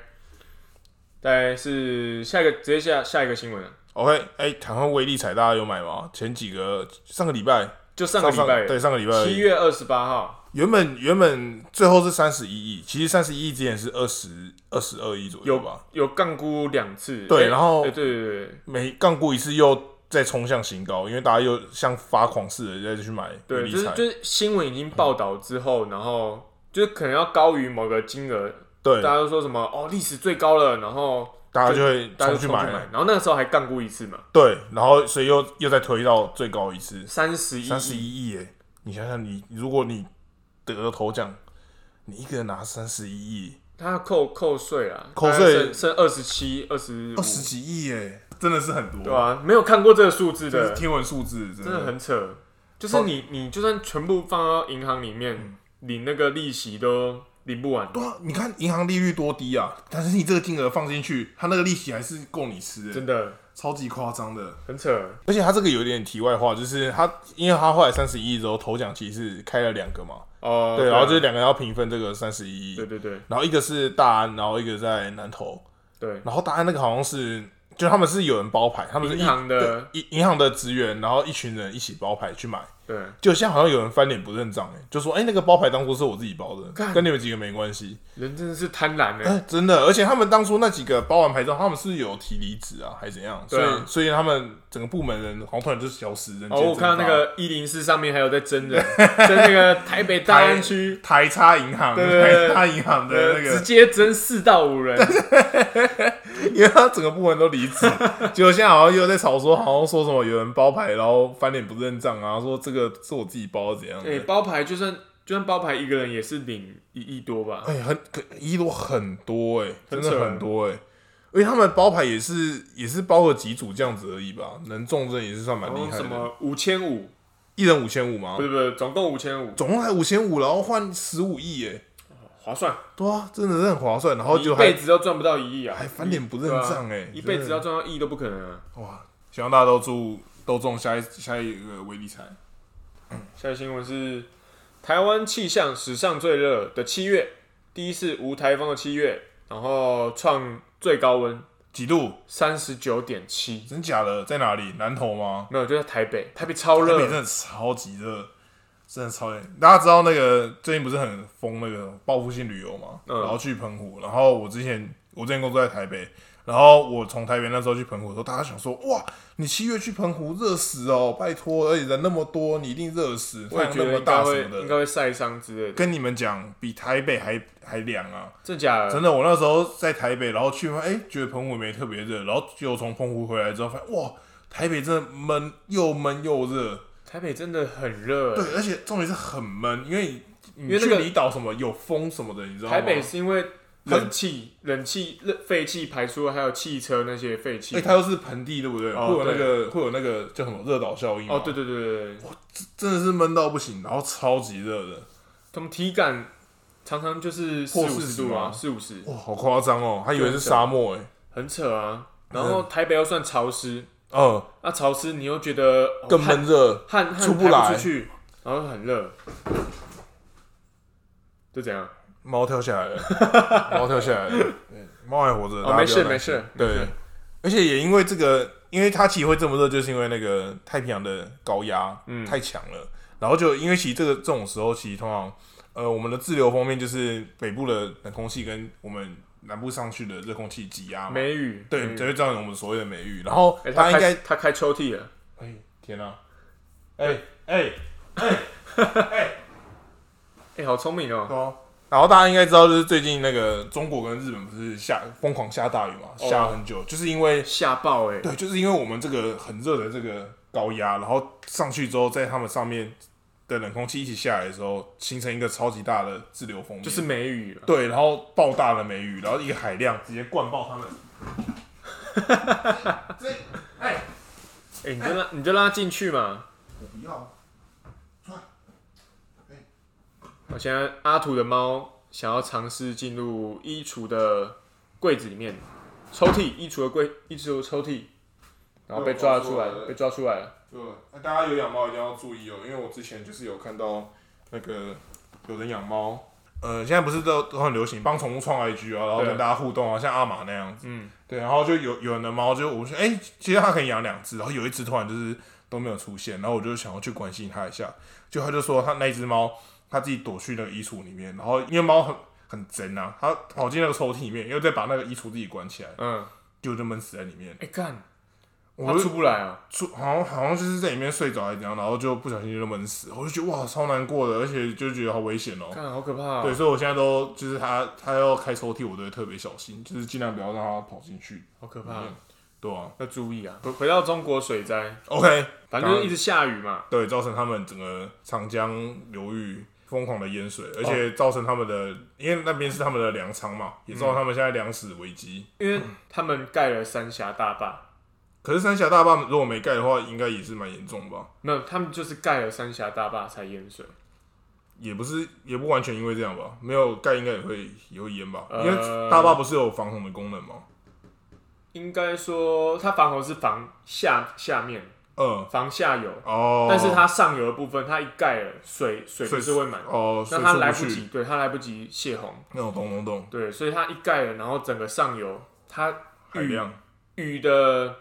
S2: 再来是下一个，直接下下一个新闻啊了，
S1: ，OK，哎、台湾威力彩大家有买吗？前几个上个礼拜，
S2: 就上个礼拜
S1: 对上个礼拜而
S2: 七
S1: 已，
S2: 月二十八号，
S1: 原本原本最后是三十一亿，其实三十一亿之前是二十二十二亿左右
S2: 有
S1: 吧，
S2: 有杠估两次，
S1: 对
S2: 哎
S1: 然后
S2: 哎对对对
S1: 每杠过一次又再冲向新高，因为大家又像发狂似的再去买威
S2: 对，
S1: 力
S2: 就是
S1: 彩，
S2: 就是新闻已经报道之后，然后就是可能要高于某个金额，
S1: 对
S2: 大，家都说什么哦历史最高了，然后
S1: 大家就会
S2: 大家
S1: 冲
S2: 就
S1: 去
S2: 冲去
S1: 买，
S2: 买，然后那个时候还杠估一次嘛，
S1: 对，然后所以又又再推到最高一次，
S2: 三十一
S1: 三十一亿耶！你想想你，如果你得了头奖，你一个人拿三十一亿，
S2: 他扣扣税啊，
S1: 扣税
S2: 大概剩剩二十七、二十
S1: 二十几亿耶，真的是很多，
S2: 对啊，没有看过这个数字
S1: 这是
S2: 的，
S1: 天文数字，真
S2: 真的很扯。
S1: 哦
S2: 就是你你就算全部放到银行里面，领那个利息都领不完，
S1: 嗯对啊！你看银行利率多低啊，但是你这个金额放进去，它那个利息还是够你吃耶，
S2: 真的
S1: 超级夸张的。
S2: 很扯。
S1: 而且它这个有点题外话，就是它，因为它后来三十亿之后，头奖其实是开了两个嘛，
S2: 哦，
S1: 对，然后
S2: 啊
S1: 就是两个要平分这个三十一
S2: 对
S1: 亿，
S2: 对对
S1: 然后一个是大安，然后一个在南投，
S2: 对，
S1: 然后答案那个好像是，就他们是有人包牌，他们是一
S2: 银行的
S1: 对银银行的职员，然后一群人一起包牌去买，
S2: 对，
S1: 就现在好像有人翻脸不认账，哎，就说哎、那个包牌当初是我自己包的，
S2: 干
S1: 跟你们几个没关系，
S2: 人真的是贪婪
S1: 哎、
S2: 哎，
S1: [coughs] 真的，而且他们当初那几个包完牌照，他们是有提离职啊，还是怎样，所
S2: 对
S1: 以、
S2: 啊
S1: 所以他们整个部门人好像突然就消失，人间
S2: 哦，我
S1: 蒸
S2: 看到那
S1: 发
S2: 个一零四上面还有在真人， [laughs] 在那个台北大安区，
S1: 台差银行，
S2: 对对对
S1: 台差银行的
S2: 呃
S1: 那个
S2: 直接真四到五
S1: [laughs]
S2: 人，
S1: 因为他整个部门都离职，结果现在好像又在吵说，好像说什么有人包牌，然后翻脸不认账啊，说这个是我自己包的怎样的。
S2: 哎，包牌就算就算包牌一个人也是领一亿多吧，
S1: 哎、很可一多很多哎、真
S2: 很
S1: 的
S2: 扯
S1: 很多哎、而且他们包牌也是也是包了几组这样子而已吧，能中这也是算蛮
S2: 然
S1: 厉
S2: 后
S1: 害
S2: 什
S1: 的。嗯
S2: 么五千五，
S1: 一人五千五吗
S2: 不？是不是，总共五千五，
S1: 总共才五千五，然后换十五亿哎，
S2: 划算，
S1: 对啊，真的是很划算，然后
S2: 一
S1: 就还
S2: 辈子都赚不到一亿啊，
S1: 还翻脸不认
S2: 对啊
S1: 账哎、
S2: 一辈子
S1: 真
S2: 要
S1: 的
S2: 赚到亿都不可能啊。
S1: 哇！希望大家都祝都中下一下一个威力彩。
S2: 下一个新闻是台湾气象史上最热的七月，第一次无台风的七月，然后创最高温
S1: 几度？
S2: 三十九点七，
S1: 真假的？在哪里？南投吗？
S2: 没有就在台北，台北超
S1: 台北真
S2: 热，
S1: 的超级热，真的超级。大家知道那个最近不是很疯那个报复性旅游嘛？
S2: 嗯
S1: 然后去澎湖，然后我之前我之前工作在台北，然后我从台北那时候去澎湖的时候，大家想说哇，你七月去澎湖热死哦，拜托，而且人那么多，你一定热死，
S2: 我
S1: 太
S2: 也
S1: 阳那
S2: 觉得
S1: 么
S2: 应该
S1: 大
S2: 会
S1: 什
S2: 应
S1: 么的。
S2: 该会晒伤之类的，
S1: 跟你们讲，比台北还还凉啊！
S2: 真假的？
S1: 真的，我那时候在台北，然后去，哎、觉得澎湖也没特别热，然后就从澎湖回来之后，发现哇，台北真的闷，又闷又热。
S2: 台北真的很热、欸
S1: 对，而且重点是很闷，因为你
S2: 因
S1: 你
S2: 为那
S1: 去
S2: 个
S1: 离岛什么有风什么的，你知道吗？
S2: 台北是因为
S1: 很
S2: 冷气、冷气、热废气排出，还有汽车那些废气
S1: 哎、。它又是盆地，对不对？
S2: 哦
S1: 会有那个会有那个叫什么热岛效应嘛
S2: 哦，对，对对对对，
S1: 真的是闷到不行，然后超级热的，
S2: 他们体感常常就是四
S1: 破
S2: 五十
S1: 40
S2: 度
S1: 吗
S2: 啊，四五十，
S1: 哇，好夸张哦！还以为是沙漠哎、
S2: 很扯啊。然后台北又算潮湿，
S1: 嗯，
S2: 那潮湿你又觉得哦
S1: 更闷热，
S2: 汗汗汗
S1: 出不
S2: 不
S1: 来
S2: 出去，然后很热，就这样。
S1: 猫跳下来了， [laughs] 猫跳下来了，对猫还活着，
S2: 哦，
S1: 大家
S2: 没
S1: 不要
S2: 事
S1: 担
S2: 没
S1: 心
S2: 事，没
S1: 对
S2: 事，
S1: 而且也因为这个因为它其实会这么热，就是因为那个太平洋的高压
S2: 嗯
S1: 太强了。然后就因为其实这个这种时候，其实通常呃我们的自流方面就是北部的冷空气跟我们南部上去的热空气挤压嘛，
S2: 嗯梅雨，
S1: 对，就
S2: 对，
S1: 会造成我们所谓的美誉。然后
S2: 哎
S1: 它
S2: 他
S1: 应该
S2: 开他开抽屉了，
S1: 哎、天啊！哎哎哎哎，
S2: 哎，好聪明哦，
S1: 哦。然后大家应该知道，就是最近那个中国跟日本不是下疯狂下大雨嘛，
S2: 哦
S1: 下很久，就是因为
S2: 吓爆哎，
S1: 对，就是因为我们这个很热的这个高压，然后上去之后，在他们上面的冷空气一起下来的时候，形成一个超级大的滞留封面，
S2: 就是梅雨了，
S1: 对，然后爆大的梅雨，然后一个海量直接灌爆他们。这哎，
S2: 哎，你就让你就让他进去嘛，
S1: 我不要，
S2: 我现在阿土的猫想要尝试进入衣橱的柜子里面，抽屉，衣橱的柜，衣橱的抽�屉，然后被抓出来
S1: 被我抓出来，了
S2: 被抓出来了。
S1: 对，啊那大家有养猫一定要注意哦，因为我之前就是有看到那个有人养猫，呃，现在不是都都很流行帮宠物创 IG 啊，然后
S2: 对
S1: 跟大家互动啊，像阿玛那样子，
S2: 嗯，
S1: 对，然后就有有人的猫就我说，哎、其实它可以养两只，然后有一只突然就是都没有出现，然后我就想要去关心它一下，就他就说他那一只猫它自己躲去那个衣橱里面，然后因为猫很很贼啊，它跑进那个抽屉里面，又再把那个衣橱自己关起来，
S2: 嗯，
S1: 就就闷死在里面。
S2: 哎、干，
S1: 我
S2: 他
S1: 就
S2: 出不来啊！
S1: 出好像好像就是在里面睡着还是怎样，然后就不小心就闷死，我就觉得哇超难过的，而且就觉得好危险哦、
S2: 干，好可怕、啊！
S1: 对，所以我现在都就是他他要开抽屉，我都会特别小心，就是尽量不要让他跑进去。
S2: 好可怕、
S1: 嗯对啊
S2: 要注意啊！回回到中国水灾，
S1: ，OK，
S2: 反正就是一直下雨嘛。
S1: 对，造成他们整个长江流域疯狂的淹水，而
S2: 哦
S1: 且造成他们的，因为那边是他们的粮仓嘛，也
S2: 嗯
S1: 造成他们现在粮食危机。
S2: 因为他们盖了三峡大坝，
S1: 可是三峡大坝如果没盖的话，应该也是蛮严重吧？
S2: 没有，他们就是盖了三峡大坝才淹水。
S1: 也不是，也不完全因为这样吧，没有盖应该也会也会淹吧，因
S2: 呃
S1: 为大坝不是有防洪的功能吗？
S2: 应该说，它防洪是防下下面，
S1: 嗯，
S2: 防下游，
S1: 哦，
S2: 但是它上游的部分，它一盖了，水水不是会满，
S1: 哦，
S2: 那
S1: 水
S2: 它
S1: 出
S2: 来
S1: 不
S2: 不
S1: 去，
S2: 及，对，它来不及泄洪，
S1: 那种咚咚咚，
S2: 对，所以它一盖了，然后整个上游，它
S1: 海量，
S2: 雨的，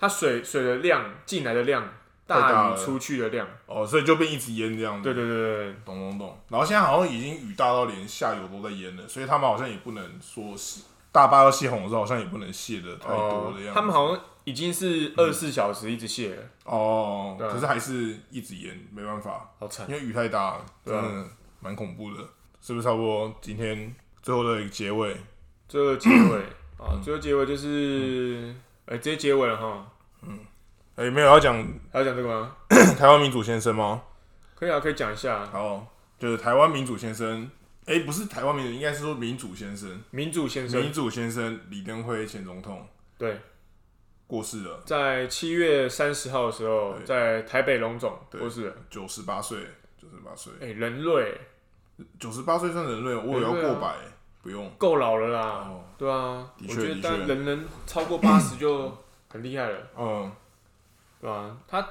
S2: 它水水的量进来的量
S1: 太大
S2: 大于
S1: 了嗯
S2: 出去的量，
S1: 哦，所以就变一直淹这样子，
S2: 对对对对对，
S1: 咚咚咚。然后现在好像已经雨大到连下游都在淹了，所以他们好像也不能说是大坝要泄洪的时候，好像也不能泄的太多的哦样子。
S2: 哦他们好像已经是二十四小时一直泄了，
S1: 哦，
S2: 对啊
S1: 可是还是一直淹，没办法，
S2: 好惨
S1: 因。为雨太大了，真
S2: 对啊
S1: 的蛮恐怖的，是不是？差不多今天最后的一个结尾，
S2: 最后结尾啊，最后结尾
S1: 嗯
S2: 就是，哎，直接结尾了哈，
S1: 哎、没有要讲 [coughs]
S2: 还要讲这个吗？
S1: 台湾民主先生吗？
S2: 可以啊，可以讲一下
S1: 好，就是台湾民主先生，哎、不是台湾民主，应该是说民主先生，
S2: 民主先
S1: 民
S2: 生，
S1: 主先生李登辉前总统
S2: 对。
S1: 过世了，
S2: 在七月三十号的时候，
S1: 对
S2: 在台北龙总
S1: 对
S2: 过世了。
S1: 九十八岁，九十八岁，
S2: 哎、人类
S1: 九十八岁算人类，哦我有要
S2: 人类啊
S1: 过百、不用。
S2: 够老了啦。
S1: 哦，
S2: 对啊，
S1: 的确
S2: 我觉得
S1: 的确
S2: 但人能超过八十就很厉
S1: [coughs]
S2: 害了，
S1: 嗯，
S2: 对吧、他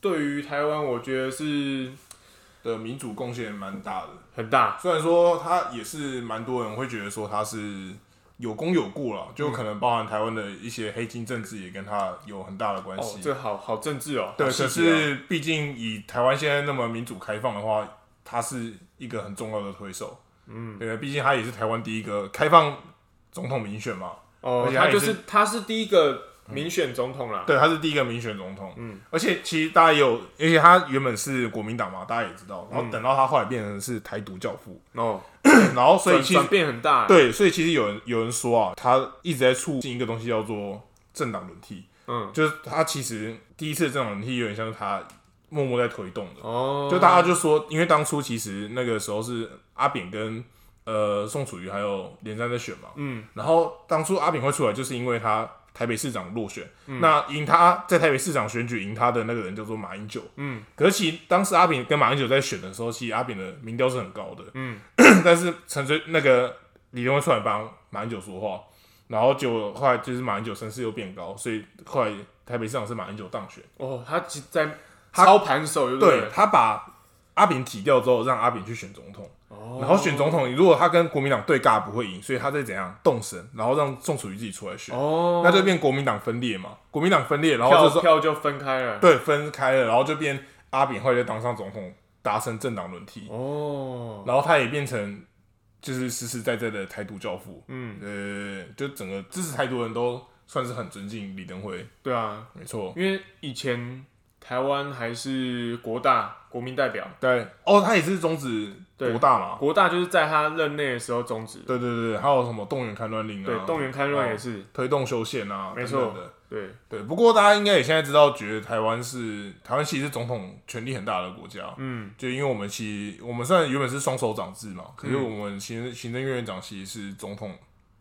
S2: 对于台湾，我觉得是
S1: 的民主贡献蛮大的。
S2: 很大。
S1: 虽然说他也是蛮多人会觉得说他是有功有过啦，就可能包含台湾的一些黑金政治也跟他有很大的关
S2: 哦
S1: 系。，
S2: 这好好政治哦。
S1: 对，啊
S2: 好
S1: 可
S2: 细节哦
S1: 是毕竟以台湾现在那么民主开放的话，他是一个很重要的推手。嗯，对，毕竟他也是台湾第一个开放总统民选嘛，而
S2: 哦，
S1: 且他
S2: 他
S1: 也嗯
S2: 就是是他是第一个民选总统啦。
S1: 对，他是第一个民选总统。
S2: 嗯，
S1: 而且其实大家也有，而且他原本是国民党嘛，大家也知道，然后等到他后来变成是台独教父，
S2: 哦，
S1: 然后所以
S2: 转
S1: 其实
S2: 转变很大。
S1: 对，所以其实有人有人说啊，他一直在促进一个东西叫做政党轮替，
S2: 嗯，
S1: 就是他其实第一次政党轮替有点像是他默默在推动的，
S2: 哦，
S1: 就大家就说，因为当初其实那个时候是阿扁跟呃宋楚瑜还有连战在选嘛，
S2: 嗯，
S1: 然后当初阿扁会出来，就是因为他台北市长落选，
S2: 嗯
S1: 那赢他在台北市长选举赢他的那个人叫做马英九，
S2: 嗯，
S1: 可是其实当时阿扁跟马英九在选的时候，其实阿扁的民调是很高的，
S2: 嗯，
S1: [clears throat] 但是陈水那个李登辉出来帮马英九说话，然后就后来就是马英九声势又变高，所以后来台北市长是马英九当选。
S2: 哦，他其实在
S1: 他
S2: 操盘手就
S1: 对
S2: 了。
S1: 他把阿扁挤掉之后，让阿扁去选总统，
S2: 哦，哦
S1: 然后选总统，如果他跟国民党对尬不会赢，所以他再怎样动神，然后让宋楚瑜自己出来选，
S2: 哦，
S1: 那就变国民党分裂嘛。国民党分裂，然后
S2: 票
S1: 这时候
S2: 票就分开了。
S1: 对分开了，然后就变阿扁后来就当上总统，达成政党轮替，
S2: 哦，
S1: 然后他也变成就是实实在在的台独教父。
S2: 嗯，
S1: 呃，就整个支持台独的人都算是很尊敬李登辉，
S2: 对啊，
S1: 没错。
S2: 因为以前台湾还是国大国民代表，
S1: 对，哦，他也是终止
S2: 对
S1: 国大嘛。
S2: 国大就是在他任内的时候终止。
S1: 对对对，还有什么动员戡乱令啊，
S2: 对，动员戡乱也是，
S1: 推动修宪啊，
S2: 没错
S1: 等等的。
S2: 对，
S1: 对，不过大家应该也现在知道，觉得台湾是台湾其实是总统权力很大的国家，
S2: 嗯，
S1: 就因为我们其实我们虽然原本是双手掌制嘛，可是我们行行政院院长其实是总统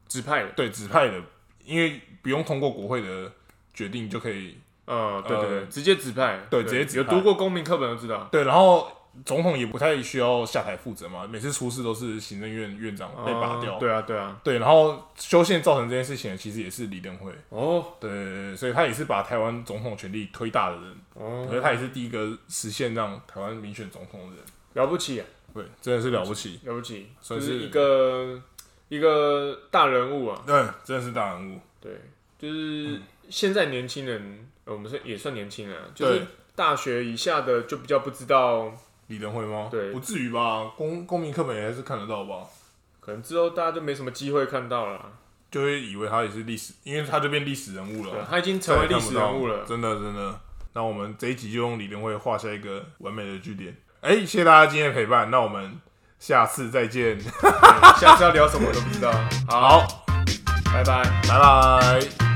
S2: 指派的，
S1: 对指派的，因为不用通过国会的决定就可以
S2: 呃，对对对，
S1: 呃
S2: 直接指派，
S1: 对直接指
S2: 有
S1: 派
S2: 读过公民课本都知道，
S1: 对，然后总统也不太需要下台负责嘛，每次出事都是行政院院长被拔掉，
S2: 哦对啊，对啊，
S1: 对，然后修宪造成这件事情的其实也是李登辉，
S2: 哦
S1: 对对对，对所以他也是把台湾总统权力推大的人，可
S2: 哦，
S1: 是他也是第一个实现让台湾民选总统的人，
S2: 了不起啊，
S1: 对，真的是了不起，
S2: 了不起，
S1: 算
S2: 就是是一个一个大人物啊，
S1: 对，真的是大人物，
S2: 对，
S1: 嗯
S2: 就是现在年轻人，呃我们是也算年轻人啊，就是
S1: 对
S2: 大学以下的就比较不知道，
S1: 李登辉吗？
S2: 对
S1: 不至于吧，公公民课本也还是看得到吧，
S2: 可能之后大家就没什么机会看到了啊，
S1: 就会以为他也是历史，因为他就变历史人物
S2: 对
S1: 了
S2: 啊，，他已经成为历史人物了，
S1: 真的真的。那我们这一集就用李登辉画下一个完美的句点。哎、谢谢大家今天的陪伴，那我们下次再见，
S2: [laughs] 下次要聊什么我都不知道，好，
S1: 好，
S2: 拜拜。
S1: 拜拜。